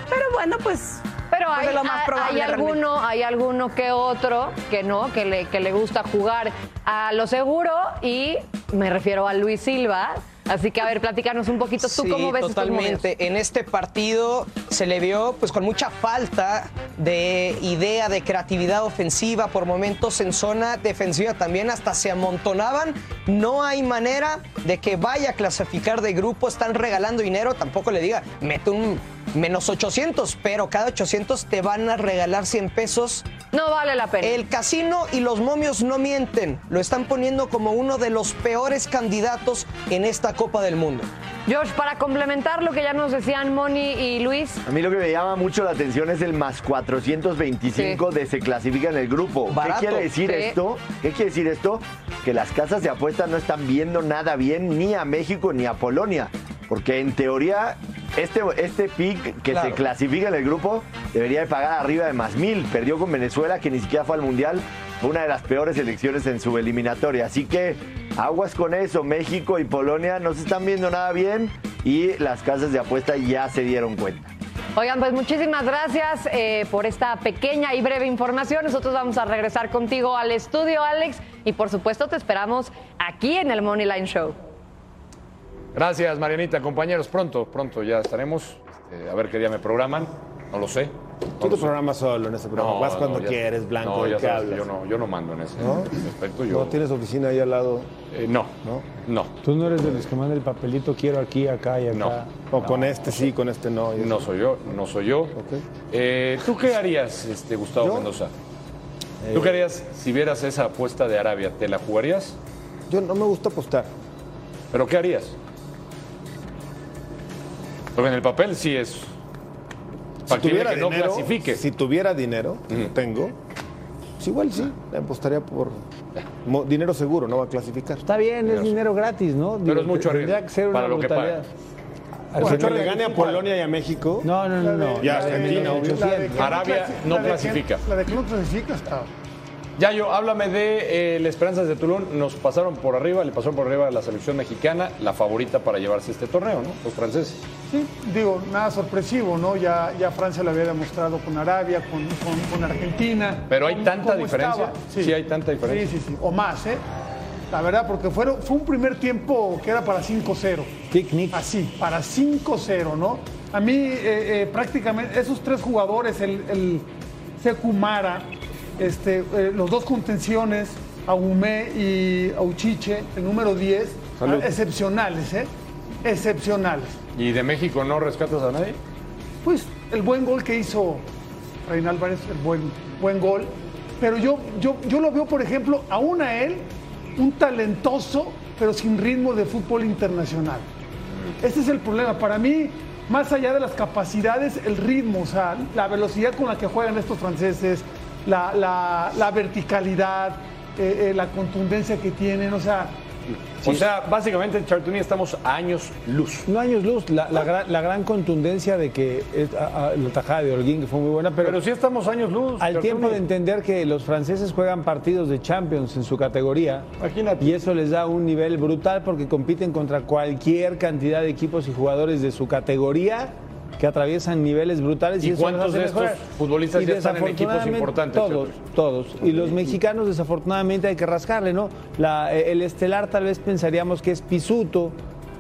Pero bueno, pues.
Pero
pues
hay, Ah,
es lo más
hay-
probable
hay
realmente.
alguno, hay alguno que otro que no, que le, que le gusta jugar a lo seguro y me refiero a Luis Silva. Así que a ver, platícanos un poquito tú
Sí,
cómo ves estos momios?
totalmente. En este partido se le vio pues con mucha falta de idea, de creatividad ofensiva, por momentos en zona defensiva también hasta se amontonaban. No hay manera de que vaya a clasificar de grupo, están regalando dinero, tampoco le diga, mete un menos 800, pero cada 800 te van a regalar 100 pesos
No vale la pena.
el casino y los momios no mienten, lo están poniendo como uno de los peores candidatos en esta Copa del Mundo.
Josh, Pues para complementar lo que ya nos decían Moni y Luis,
A mí lo que me llama mucho la atención es el más 425 de se clasifica en el grupo.
Barato,
¿Qué quiere decir
sí.
esto? ¿Qué quiere decir esto? Que las casas de apuestas no están viendo nada bien ni a México ni a Polonia. Porque en teoría, este, este pick que
Claro.
se clasifica en el grupo debería de pagar arriba de más mil. Perdió con Venezuela, que ni siquiera fue al Mundial. Fue una de las peores elecciones en su eliminatoria. Así que aguas con eso. México y Polonia no se están viendo nada bien y las casas de apuestas ya se dieron cuenta.
oigan, pues muchísimas gracias eh, por esta pequeña y breve información. Nosotros vamos a regresar contigo al estudio, Alex, y por supuesto te esperamos aquí en el Money Line Show.
Gracias, Marianita. Compañeros, pronto, pronto ya estaremos. Este, a ver qué día me programan. No lo sé.
Tú te programas solo en este programa. Vas cuando
ya-
quieres, blanco,
no,
¿de
ya
qué
sabes que
hablas?
Yo no, yo no mando en ese
¿No?
aspecto. Yo,
¿No tienes oficina ahí al lado?
eh, no,
¿No?
no, no,
Tú no eres de los que manda el papelito, quiero aquí, acá y acá.
no,
O con este sí, con este no. y eso.
soy yo, no soy yo. Eh, ¿Tú qué harías, este, Gustavo
¿Yo?
Mendoza? ¿Tú qué harías si vieras esa apuesta de Arabia? ¿Te la jugarías?
Yo no me gusta apostar.
¿Pero qué harías? Porque en el papel sí es.
Si
factible
tuviera
que no
dinero,
clasifique.
si tuviera dinero, no tengo, pues igual sí, apostaría por,
mo- dinero seguro, no va a clasificar.
Está bien, es dinero gratis, ¿no?
Pero es mucho
tendría
arriesgo
que ser una
para lo que
brutalidad.
Bueno, yo le gane a Polonia y a México.
No, no, no. no.
Y a Argentina, obvio.
La de que
Arabia
clasi-
no
la de que-
clasifica.
La de que no clasifica está.
Yayo, háblame de eh, las esperanzas de Tulón. Nos pasaron por arriba, le pasaron por arriba a la selección mexicana, la favorita para llevarse este torneo, ¿no? Los franceses.
Sí, digo, nada sorpresivo, ¿no? Ya, ya Francia lo había demostrado con Arabia, con, con- con Argentina.
Pero hay
con-
tanta
cómo
diferencia. Sí, hay tanta diferencia.
Sí, sí, sí. O más, ¿eh? La verdad, porque fueron, fue un primer tiempo que era para 5-0.
Picnic.
Así, para 5-0, ¿no? A mí, eh, eh, prácticamente, esos tres jugadores, el, el Sekou Mara, este, eh, los dos contenciones, Agumé y Auchiche, el número 10,
Salud.
ah, excepcionales, ¿eh? Excepcionales.
¿Y de México no rescatas a nadie?
Pues el buen gol que hizo Reina Álvarez, el buen, buen gol. Pero yo, yo, yo lo veo, por ejemplo, aún a él, un talentoso, pero sin ritmo de fútbol internacional. Ese es el problema. Para mí, más allá de las capacidades, el ritmo, o sea, la velocidad con la que juegan estos franceses, la, la- la verticalidad, eh, eh, la contundencia que tienen, o sea,
O sea, básicamente en Chartuní estamos a años luz.
No años luz, la, la gran, la gran contundencia de que es- a- a- la tajada de Holguín, que fue muy buena, pero,
Pero sí estamos años luz.
al
Chartuni.
tiempo de entender que los franceses juegan partidos de Champions en su categoría,
Imagínate.
y eso les da un nivel brutal porque compiten contra cualquier cantidad de equipos y jugadores de su categoría que atraviesan niveles brutales.
¿Y
eso los
cuántos
hace
de estos
mejorar.
futbolistas ya están en equipos
desafortunadamente,
importantes,
Todos,
Chartuni?
todos. Y los mexicanos, desafortunadamente, hay que rascarle, ¿no? La- eh, el estelar tal vez pensaríamos que es Pisuto.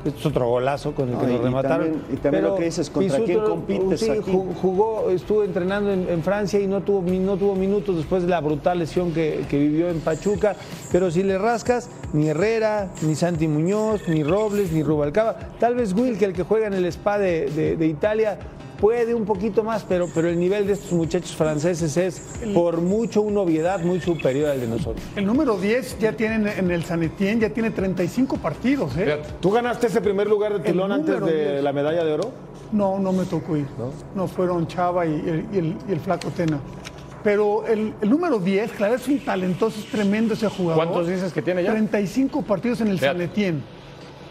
que Es otro golazo con el que
No, y-
nos
y
remataron.
también- y también lo que dices, ¿contra quién compites
sí,
aquí?
ju- jugó, estuvo entrenando en, en Francia y no tuvo, mi- no tuvo minutos después de la brutal lesión que, que vivió en Pachuca. Pero si le rascas, ni Herrera, ni Santi Muñoz, ni Robles, ni Rubalcaba. Tal vez Will, que el que juega en el Spa de, de- de Italia, puede un poquito más, pero, pero el nivel de estos muchachos franceses es por mucho una obviedad muy superior al de nosotros.
el número 10 ya tienen en el San Etienne, ya tiene 35 partidos, ¿eh?
Fíjate.
¿Tú ganaste ese primer lugar de
El
Tulón antes
número
de
diez.
la medalla de oro?
No, no me tocó ir. No, fueron Chava y el, y el- y el flaco Tena. Pero el, el número 10, claro, es un talentoso, es tremendo ese jugador.
¿Cuántos dices que tiene ya?
35 partidos en el
Fíjate.
San Etienne.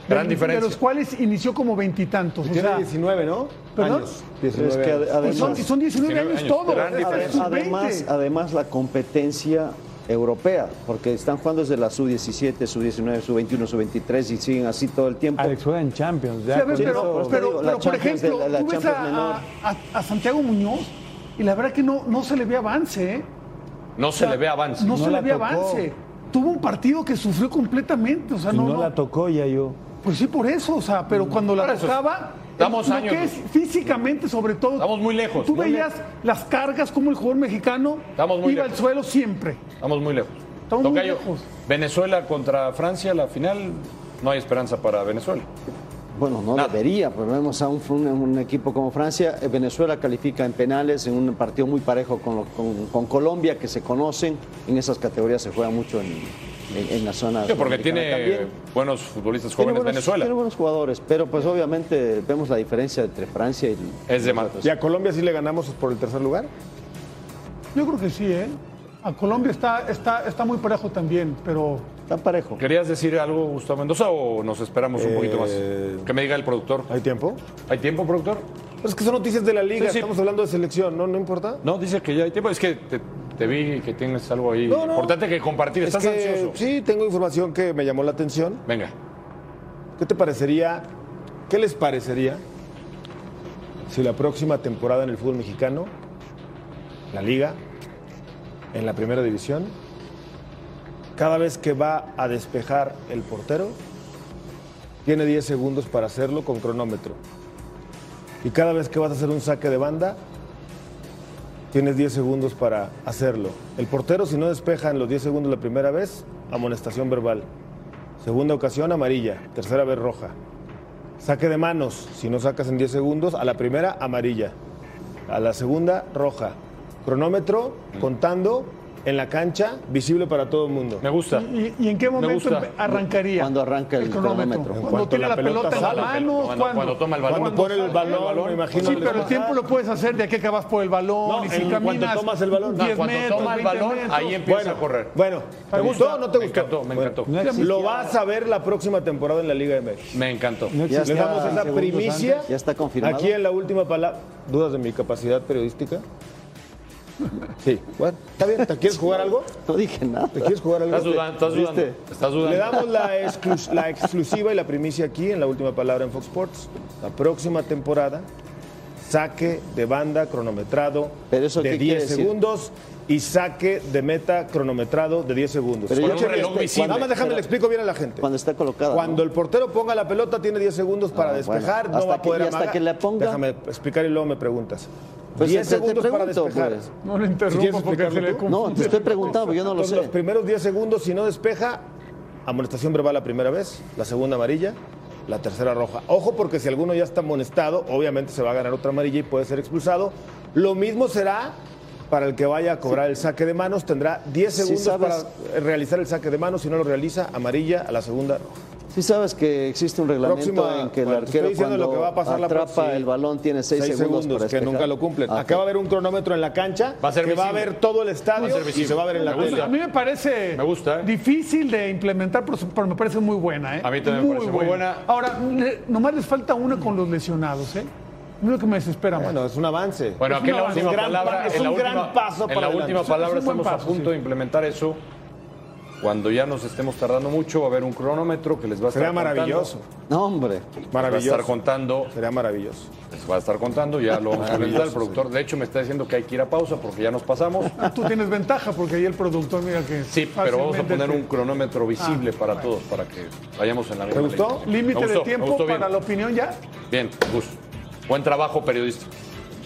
Gran
De-
diferencia.
De los cuales inició como veintitantos. O
Tiene
sea,
19, ¿no?
¿Perdón?
Años.
Pero
19
es que
años.
ade-
y son, y
además,
son 19,
19
años,
años.
todos.
Gran
hasta
diferencia.
sub-veinte.
además, además la competencia europea, porque están jugando desde la sub-17, sub-19, sub-21, sub-23 y siguen así todo el tiempo.
Alex juega en Champions. ya
Sí, a ver,
con
pero,
eso-
por eso te
pero-
digo,
pero,
la
por
Champions
ejemplo,
de- la- la
tú ves
Champions menor.
a, a- a Santiago Muñoz y la verdad que no, no se le ve avance, ¿eh?
No se le ve avance.
No,
No
se
la
le ve
tocó.
avance. Tuvo un partido que sufrió completamente. O sea,
y
no,
no,
no-
la tocó ya yo. Mm.
Pues sí, por eso, o sea, pero cuando la
Por eso.
tocaba,
Damos
lo
años.
que es físicamente sobre todo.
Estamos muy lejos.
Tú
Muy
veías las cargas como el jugador mexicano
Estamos muy
iba al
lejos.
suelo siempre.
Estamos muy lejos.
Estamos muy
Tocayo,
lejos.
Venezuela contra Francia, la final, no hay esperanza para Venezuela.
Bueno, no
Nada.
debería, pero vemos a un, un- un equipo como Francia. Eh, Venezuela califica en penales en un partido muy parejo con, lo- con- con Colombia, que se conocen. En esas categorías se juega mucho en, en- en la zona.
Sí, porque
sudamericana
tiene
también.
buenos futbolistas
Tiene
jóvenes
buenos,
Venezuela.
tiene buenos jugadores, pero pues obviamente vemos la diferencia entre Francia y.
Es de más.
¿Y a Colombia sí le ganamos por el tercer lugar?
Yo creo que sí, ¿eh? A Colombia está, está, está muy parejo también, pero
Está parejo.
¿Querías decir algo, Gustavo Mendoza, o nos esperamos un poquito más? Que me diga el productor.
Eh, ¿Hay tiempo?
¿Hay tiempo, productor?
Pero es que son noticias de la liga,
Sí, sí.
estamos hablando de selección, ¿no? ¿No importa?
No, dice que ya hay tiempo. Es que te, te vi que tienes algo ahí
No, no.
importante que compartir.
Es
Estás
que
ansioso.
Sí, tengo información que me llamó la atención.
Venga.
¿Qué te parecería, qué les parecería si la próxima temporada en el fútbol mexicano, la liga, en la primera división, cada vez que va a despejar el portero, tiene 10 segundos para hacerlo con cronómetro. Y cada vez que vas a hacer un saque de banda, tienes 10 segundos para hacerlo. El portero, si no despeja en los 10 segundos la primera vez, amonestación verbal. Segunda ocasión amarilla, tercera vez roja. Saque de manos, si no sacas en 10 segundos, a la
Mm.
primera amarilla, a la segunda roja. Cronómetro contando en la cancha, visible para todo el mundo.
Me gusta.
¿Y, y en qué momento
gusta.
arrancaría?
Cuando arranca el cronómetro.
Cuando,
Cuando
tiene la
la pelota
pelota, en
sale,
la mano.
cuando- cuando toma el balón.
Cuando pone el
sale
balón, me imagino.
Sí,
que
pero
le
el tiempo lo puedes hacer de aquí que vas por el balón
No,
y si
en cuanto
caminas.
tomas el balón.
No,
10
cuando
metros,
toma el
20
balón,
metros.
ahí empieza a correr.
Bueno, ¿te gustó o no te
Me
gustó?
encantó, me
Bueno,
encantó.
No existía-
Lo vas a ver la próxima temporada en la Liga MX.
Me encantó.
no
Ya
existía
Les damos esa
segundos
primicia.
antes.
Ya está confirmado.
Aquí en la última palabra. ¿Dudas de mi capacidad periodística? Sí. Bueno, está bien. ¿Te quieres jugar algo?
No dije nada.
¿Te quieres jugar algo?
Estás dudando, estás dudando. Estás
Le
dudando.
damos la, exclus- la exclusiva y la primicia aquí en la última palabra en Fox Sports. La próxima temporada, saque de banda cronometrado
Pero eso
de
¿qué
10
quiere decir?
segundos y saque de meta cronometrado de 10 segundos.
Pero ya- Con
Escúcheme
un reloj
esto.
visible.
Nada más déjame le explico bien a la gente.
Cuando está colocada, ¿no?
Cuando el portero ponga la pelota tiene 10 segundos para
Ah, bueno.
despejar, no
Hasta
va a
que-
poder
y hasta
amagar.
que la ponga.
Déjame explicar y luego me preguntas.
Pues
10
te- te
segundos para
pregunto,
despejar.
pues.
No lo
¿Sí quieres
interrumpo porque se
explicarlo
le
tú?
confunde.
No, te estoy preguntando, yo no lo
Entonces,
sé.
Los primeros 10 segundos, si no despeja, amonestación verbal la primera vez, la segunda amarilla, la tercera roja. Ojo porque si alguno ya está amonestado, obviamente se va a ganar otra amarilla y puede ser expulsado. Lo mismo será para el que vaya a cobrar el saque de manos, tendrá 10
Sí,
segundos
sabes.
para eh, realizar el saque de manos, si no lo realiza, amarilla a la segunda roja.
Sí sabes que existe un reglamento
Próxima-
en que el
bueno, te
arquero
estoy diciendo
cuando
lo que va a pasar la
atrapa
próxima-
el balón tiene seis,
Seis
segundos, para
que
despejar.
nunca lo cumplen.
Ah,
Acá va a haber un cronómetro en la cancha
Va a ser
que va a
visible.
ver todo el estadio
ser
y
visible.
se va a ver en la
Me gusta.
tele.
A mí me parece
Me gusta, ¿eh?
difícil de implementar, pero pero me parece muy buena. ¿eh?
A mí también me parece muy buena.
Ahora, le- nomás les falta una con los lesionados. ¿eh? Es lo que me desespera más.
Bueno, es un avance.
Bueno,
Es
aquí en la
una-
es
última
un gran
palabra.
pa- es
en la
un gran
última-
paso
En
para
la
adelante.
última palabra
Es un buen
estamos a
paso,
punto de implementar eso. Cuando ya nos estemos tardando mucho, va a haber un cronómetro que les va a estar
Sería
contando.
maravilloso.
No, hombre.
Maravilloso.
Va a estar contando,
Sería maravilloso.
les va a estar contando, ya lo vamos a comentar el productor. De hecho, me está diciendo que hay que ir a pausa porque ya nos pasamos.
Ah, Tú tienes ventaja porque ahí el productor, mira que.
Sí, pero vamos a
fácilmente
poner
te-
un cronómetro visible para todos, para que vayamos en la misma
Ah, gustó?
línea. Me
Límite
gustó,
de
me
tiempo
gustó bien.
para la opinión ya.
Bien, Gus. Buen trabajo periodístico.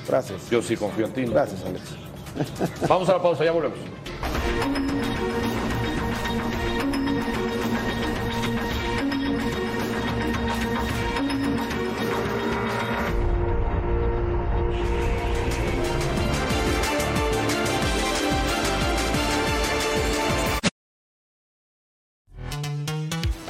Gracias.
Yo sí confío en ti. ¿no?
Gracias, Alex.
Vamos a la pausa, ya volvemos.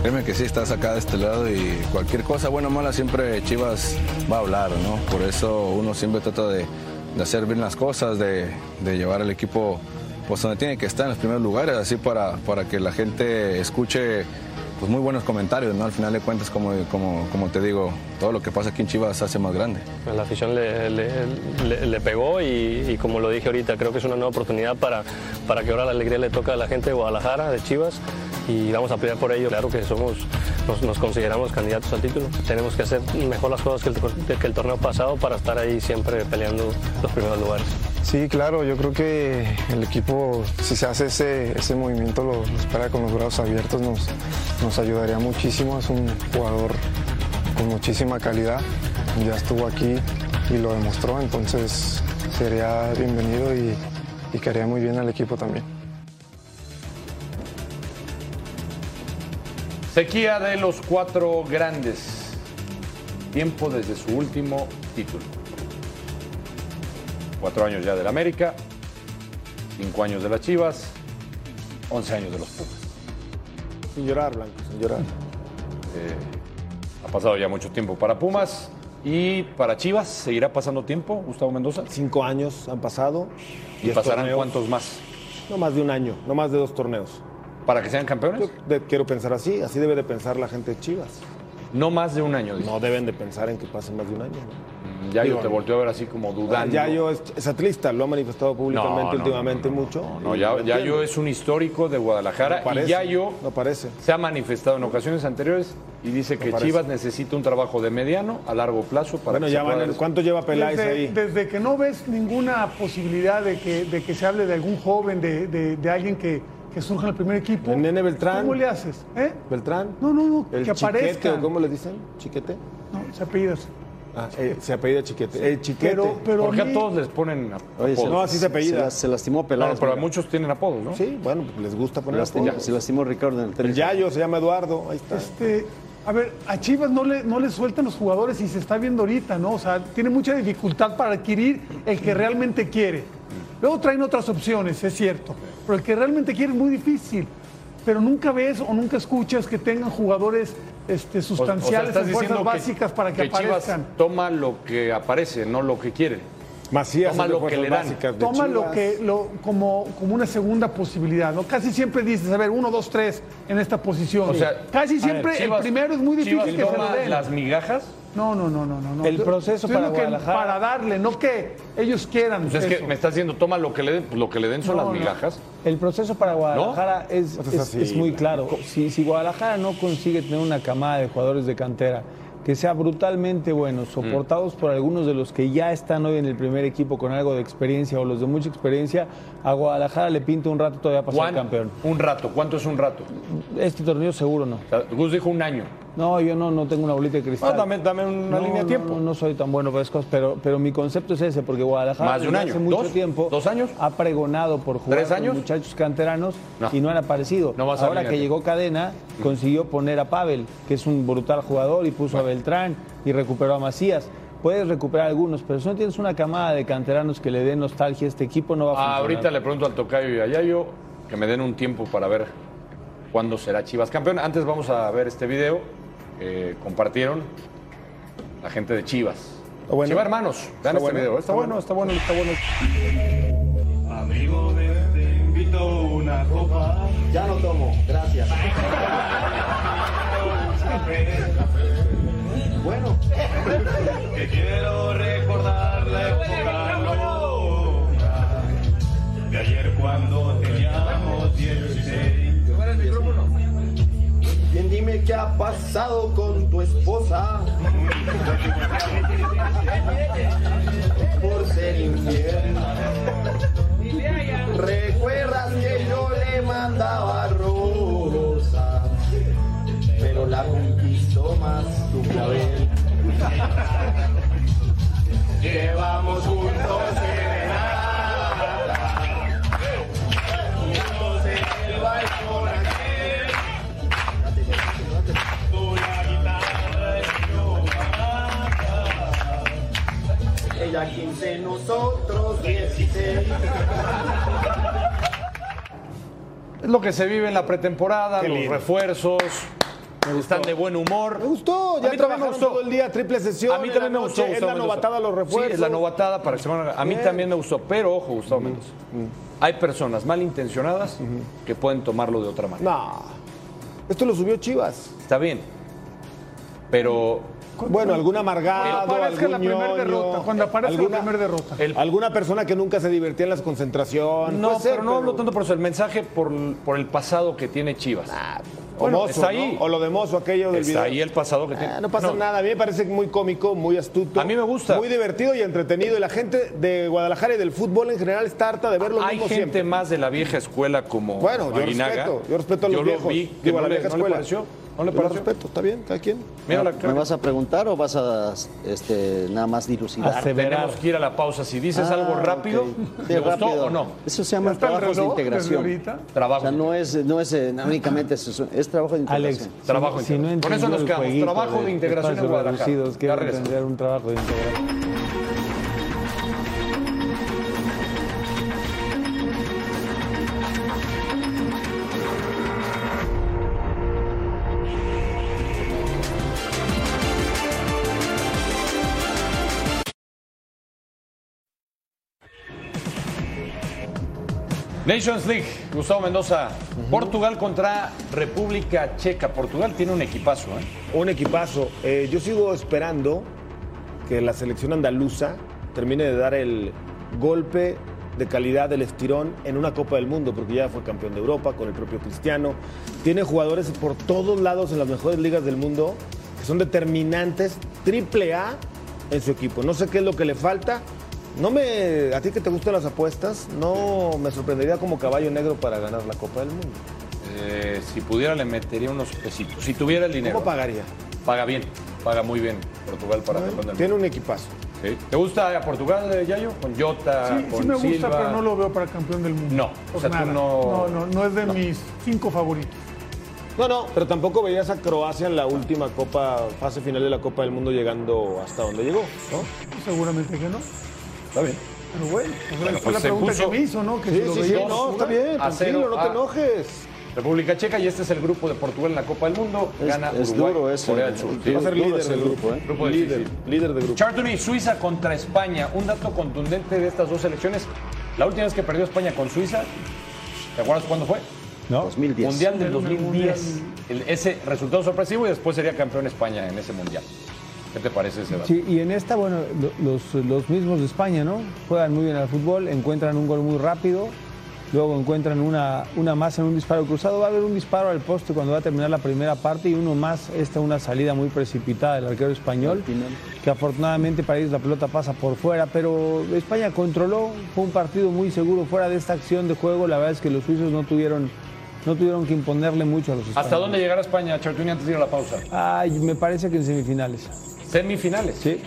Créeme que sí, estás acá de este lado y cualquier cosa, buena o mala, siempre Chivas va a hablar, ¿no? Por eso uno siempre trata de, de hacer bien las cosas, de, de llevar al equipo pues donde tiene que estar, en los primeros lugares, así para, para que la gente escuche pues muy buenos comentarios, ¿no? Al final de cuentas, como, como, como te digo, todo lo que pasa aquí en Chivas se hace más grande.
Pues La afición le, pegó y, como lo dije ahorita, creo que es una nueva oportunidad para, para que ahora la alegría le toca a la gente de Guadalajara, de Chivas, y vamos a pelear por ello. Claro que somos, nos, consideramos candidatos al título. Tenemos que hacer mejor las cosas que el, que el torneo pasado para estar ahí siempre peleando los primeros lugares.
Sí, claro, yo creo que el equipo, si se hace ese, ese movimiento, lo, lo espera con los brazos abiertos, nos, nos ayudaría muchísimo. Es un jugador con muchísima calidad, ya estuvo aquí y lo demostró, entonces sería bienvenido y, y que haría muy bien al equipo también.
Sequía de los cuatro grandes. Tiempo desde su último título. Cuatro años ya del América, cinco años de las Chivas, once años de los Pumas.
Sin llorar, Blanco, sin llorar.
Eh, Ha pasado ya mucho tiempo para Pumas y para Chivas seguirá pasando tiempo, Gustavo Mendoza.
Cinco años han pasado.
Y
diez
pasarán
torneos.
cuántos más
No más de un año, no más de dos torneos.
para que sean campeones.
Yo de- quiero pensar así, así debe de pensar la gente de Chivas.
No más de un año. dice.
No deben de pensar en que pase más de un año. ¿no?
ya yo
digo,
te
no.
volteo a ver así como dudando.
Ya yo es, es atlista, lo ha manifestado públicamente
No, no,
últimamente
no, no, no,
mucho.
no,
y
no, ya,
lo
ya
entiendo.
yo es un histórico de Guadalajara
No parece,
y ya yo
No parece.
se ha manifestado en ocasiones anteriores y dice que
parece.
Chivas necesita un trabajo de mediano a largo plazo para
Bueno,
que
ya
se
van.
pueda
en-
des-
¿Cuánto lleva Peláez
Desde,
ahí?
desde que no ves ninguna posibilidad de que, de que se hable de algún joven, de, de- de alguien que, que surja en el primer equipo.
El Nene Beltrán.
¿Cómo le haces? ¿Eh?
¿Beltrán?
No, no, no,
El
que
chiquete,
aparezca.
¿o ¿cómo le dicen? ¿Chiquete?
No, se apellidas.
Ah, eh, se apellida Chiquete. El Chiquete.
Pero, pero
¿Por qué
a mí-
a todos les ponen ap-
Oye,
apodos?
No, así se apellida.
las- se lastimó
No,
Peláez.
pero a
mira.
muchos tienen apodos, ¿no?
Sí, bueno, pues les gusta poner
Lastimó-
apodos.
se lastimó Ricardo en el
El
tren.
Yayo se llama Eduardo, ahí está.
Este, a ver, a Chivas no le, no le sueltan los jugadores y se está viendo ahorita, ¿no? O sea, tiene mucha dificultad para adquirir el que realmente quiere. Luego traen otras opciones, es cierto, pero el que realmente quiere es muy difícil. Pero nunca ves o nunca escuchas que tengan jugadores este,
O- o sea,
sustanciales
estás
en fuerzas
diciendo
básicas para que,
Chivas
aparezcan.
toma lo que aparece, no lo que quiere.
Macías
Toma
es de
lo que
fuerzas
le dan.
básicas de
Toma lo
Chivas.
que lo, como, como una segunda posibilidad, ¿no? Casi siempre dices, a ver, uno, dos, tres en esta posición.
O sea,
casi
a
siempre
ver,
el
Chivas-
primero es muy difícil
Chivas
que se
toma
lo den.
las migajas.
No, no, no, no, no, no.
El
Yo-
proceso
estoy
para
diciendo que
Guadalajara.
Para darle, no que ellos quieran.
Pues es que
eso.
me estás diciendo, toma lo que le den, pues lo que le den son
No,
las
no.
migajas.
El proceso para Guadalajara es,
Pues es
es-
así,
es muy
la-
claro. Si, si Guadalajara no consigue tener una camada de jugadores de cantera que sea brutalmente buenos, soportados por algunos de los que ya están hoy en el primer equipo con algo de experiencia o los de mucha experiencia, a Guadalajara le pinta un rato todavía para ser
Juan,
campeón.
un rato. ¿Cuánto es un rato?
Este torneo seguro no.
O sea, Gus dijo un año. Ah,
No, yo no, no tengo una bolita de cristal.
No, dame- dame Ah, una línea de tiempo.
No, no soy tan bueno para esas cosas, pero, pero mi concepto es ese, porque Guadalajara
Más de un
desde
año,
hace mucho
dos,
tiempo
dos años.
ha pregonado por jugar
¿Tres
con
años?
muchachos canteranos
No.
y no han aparecido.
No vas a
Ahora
alinearte.
que llegó Cadena, consiguió poner a Pavel, que es un brutal jugador, y puso a Beltrán y recuperó a Macías. Puedes recuperar algunos, pero si no tienes una camada de canteranos que le dé nostalgia a este equipo, no va a funcionar.
Ah, ahorita le pregunto al Tocayo y a Yayo que me den un tiempo para ver cuándo será Chivas campeón. Antes vamos a ver este video que compartieron la gente de Chivas.
Está bueno.
Chivas hermanos, vean
Está
este
bueno,
video.
Está bueno, está bueno, está bueno.
Amigo, te invito una copa.
Ya no tomo, gracias. bueno,
Te quiero recordar la época loca de ayer cuando teníamos 16.
bien dime qué ha pasado con tu esposa. Por ser infiel. Recuerdas que yo le mandaba rosa, pero la conquistó más tu clavel. Llevamos juntos serenata, juntos en el balcón aquel. Ella 15, nosotros 16.
Es lo que se vive en la pretemporada, los refuerzos, están de buen humor.
Me gustó,
A
ya
mí también me
trabajamos
gustó.
todo el día, triple sesión.
A mí
en
también me
la
gustó.
noche, Es
Gustavo
la
Mendoza.
novatada, los refuerzos.
Sí, es la novatada para que se van a... a mí también me gustó, pero ojo, Gustavo Mendoza.
Mm,
Hay personas malintencionadas que pueden tomarlo de otra manera.
No. Esto lo subió Chivas.
Está bien. Pero
Bueno, algún
Cuando
amargado,
aparezca
algún
la primera
ñoño,
derrota, cuando aparezca
alguna,
la primera derrota.
el-
alguna persona que nunca se divertía en las concentraciones.
no,
Puede ser,
pero no hablo tanto por eso. El mensaje por, por el pasado que tiene Chivas.
O
Ah, Bueno,
Mozo,
está ahí.
¿no? O lo de Mozo, aquello del
Está
video.
ahí el pasado que tiene.
Ah, no pasa nada, a mí me parece muy cómico, muy astuto.
A mí me gusta.
Muy divertido y entretenido. Y la gente de Guadalajara y del fútbol en general está harta de ver lo
Hay
mismo
gente
siempre.
más de la vieja escuela como
Bueno, yo
Aguinaga.
respeto, yo respeto a los
yo
viejos.
Lo vi, que
Digo, a
no
la
le-
vieja
no le
escuela.
pareció, no le
Yo lo
pareció.
respeto, está bien, cada quien.
Mira la
Ah, ¿Me
cara.
vas a preguntar o vas a este, nada más dilucidar?
Hace-
Ah, Tenemos que ir a la pausa. Si dices
Ah,
algo rápido,
ok. Sí,
¿te gustó
rápido.
o no?
Eso se
Ya
llama
está el
trabajos de
reloj desde
integración.
ahorita.
O
Trabajo.
sea, no es, no es eh, únicamente eso, es trabajo de integración.
Alex,
Trabajo
si, si no
integral. Con eso
entendió
nos
el
quedamos.
jueguito
Trabajo de integración en
espacios
Guadalajara.
reducidos, que
Ya
va a
regresamos.
entender un trabajo de integración.
Nations League, Gustavo Mendoza. Portugal contra República Checa. Portugal tiene un equipazo, ¿eh?
Un equipazo. Eh, yo sigo esperando que la selección andaluza termine de dar el golpe de calidad del estirón en una Copa del Mundo, porque ya fue campeón de Europa con el propio Cristiano. Tiene jugadores por todos lados en las mejores ligas del mundo que son determinantes, triple A en su equipo. No sé qué es lo que le falta, No me, a ti que te gustan las apuestas, no me sorprendería como caballo negro para ganar la Copa del Mundo.
Eh, si pudiera le metería unos pesitos. Si tuviera el dinero.
¿Cómo pagaría?
Paga bien, paga muy bien Portugal para campeón del
Tiene un equipazo.
mundo. Sí. ¿Te gusta a Portugal, eh, Yayo? Con Jota,
Sí,
con
sí me gusta,
Silva.
pero no lo veo para campeón del mundo.
No,
Pues
o sea, tú
nada.
no-
no, no, no es de mis cinco favoritos.
No, no, pero tampoco veías a Croacia en la última Copa, fase final de la Copa del Mundo llegando hasta donde llegó, ¿no?
Seguramente que no.
Está bien.
Pero bueno, pues
Bueno,
fue
pues
la
se
pregunta
puso-
que me hizo, ¿no? Que
Sí,
si lo
sí, sí,
veía
no, está
jugar.
bien,
A
tranquilo,
cero, ah,
no
a-
te enojes.
República Checa y este es el grupo de Portugal en la Copa del Mundo. Gana
es
Uruguay,
duro ese.
Corea del Sur.
Sí,
Va a ser
duro
líder
ese
del grupo,
grupo,
¿eh?
¿eh?
Grupo
líder,
difícil.
líder del grupo.
Charlton y Suiza contra España. Un dato contundente de estas dos selecciones. La última vez que perdió España con Suiza, ¿te acuerdas cuándo fue?
2010.
Mundial del 2010. El- ese resultado sorpresivo y después sería campeón España en ese mundial. ¿Qué te parece ese dato?
Sí, y en esta, bueno, lo- los, los mismos de España, ¿no? Juegan muy bien al fútbol, encuentran un gol muy rápido, luego encuentran una, una más en un disparo cruzado. Va a haber un disparo al poste cuando va a terminar la primera parte y uno más. Esta una salida muy precipitada del arquero español, que afortunadamente para ellos la pelota pasa por fuera, pero España controló, fue un partido muy seguro fuera de esta acción de juego. La verdad es que los suizos no tuvieron, no tuvieron que imponerle mucho a los españoles.
¿Hasta dónde llegará España, Chartuni, antes de ir a la pausa?
Ay, me parece que en semifinales.
Semifinales.
Sí.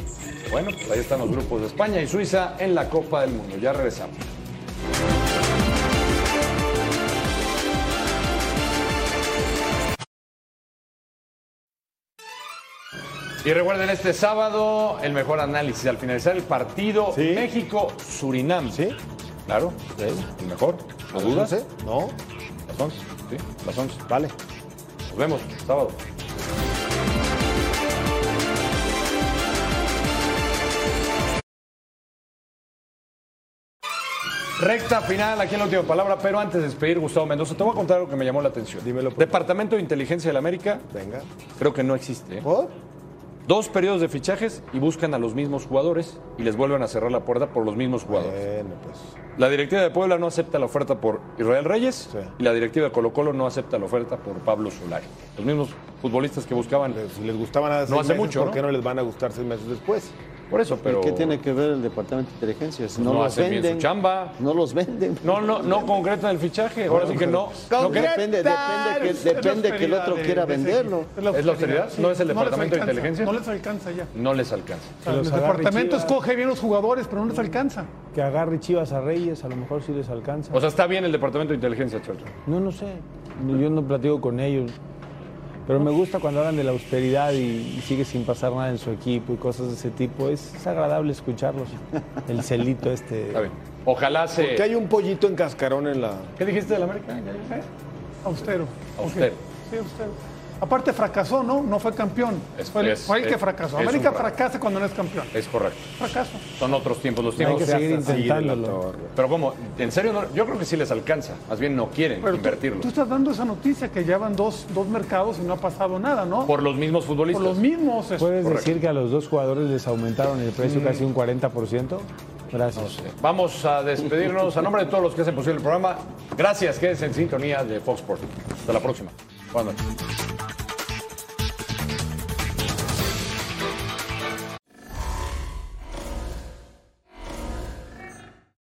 Bueno, pues ahí están los grupos de España y Suiza en la Copa del Mundo. Ya regresamos. Y recuerden este sábado el mejor análisis al finalizar el partido
Sí.
México-Surinam.
¿Sí?
Claro, el mejor. ¿Lo dudas?
¿eh? No,
Las 11. Sí, las 11.
vale.
Nos vemos sábado. Recta final, aquí en la última palabra, pero antes de despedir, Gustavo Mendoza, te voy a contar algo que me llamó la atención.
Dímelo, por favor.
Departamento de Inteligencia de la América,
Venga.
creo que no existe. ¿eh?
¿Por?
Dos periodos de fichajes y buscan a los mismos jugadores y les vuelven a cerrar la puerta por los mismos jugadores.
Bueno, pues.
La directiva de Puebla no acepta la oferta por Israel Reyes
Sí.
y la directiva de Colo Colo no acepta la oferta por Pablo Solari. Los mismos futbolistas que buscaban.
les- les gustaban hace
No
seis
hace
meses,
mucho,
¿por
¿no?
qué no les van a gustar seis meses después?
Por eso, pero.
¿Qué tiene que ver el Departamento de Inteligencia? Si
No,
no, los
hacen
venden.
bien su chamba.
No los venden.
No, no, no concretan el fichaje. Ahora sí que no. no que-
Depende, depende, que, depende que el otro quiera venderlo.
¿Es la austeridad? ¿No es el
les
departamento de
alcanza,
inteligencia?
No les alcanza ya.
No les alcanza.
O sea, el
agarre
departamento
Chivas.
escoge bien los jugadores, pero no
Mm.
les alcanza.
Que agarre Chivas a Reyes, a lo mejor sí les alcanza.
O sea, está bien el departamento de inteligencia, Charlton.
No, no sé. No, Yo no platico con ellos. Pero me gusta cuando hablan de la austeridad y, y sigue sin pasar nada en su equipo y cosas de ese tipo. Es, es agradable escucharlos. El celito este.
Está bien. Ojalá se.
Que hay un pollito en cascarón en la.
¿Qué dijiste de la América?
¿Eh? Austero.
Austero.
Ok. Sí, austero. Aparte fracasó, ¿no? No fue campeón.
Es-
fue, el-
es-
fue el que
es-
fracasó.
es un
América
fracaso.
fracasa cuando no es campeón.
Es correcto.
Fracaso.
Son otros tiempos, los
Hay
tiempos.
que seguir intentándolo.
Pero como, en serio, No- yo creo que sí les alcanza. Más bien no quieren
Pero tú-
invertirlo.
Tú, estás dando esa noticia que ya van dos, dos mercados y no ha pasado nada, ¿no?
Por los mismos
Por
futbolistas.
los mismos. es-
¿Puedes decir que a los dos jugadores les aumentaron el precio
Mm.
casi un 40%? Gracias.
Vamos a despedirnos a nombre de todos los que hacen posible el programa. Gracias, quédense en sintonía de Fox Sports. Hasta la próxima. Buenas noches.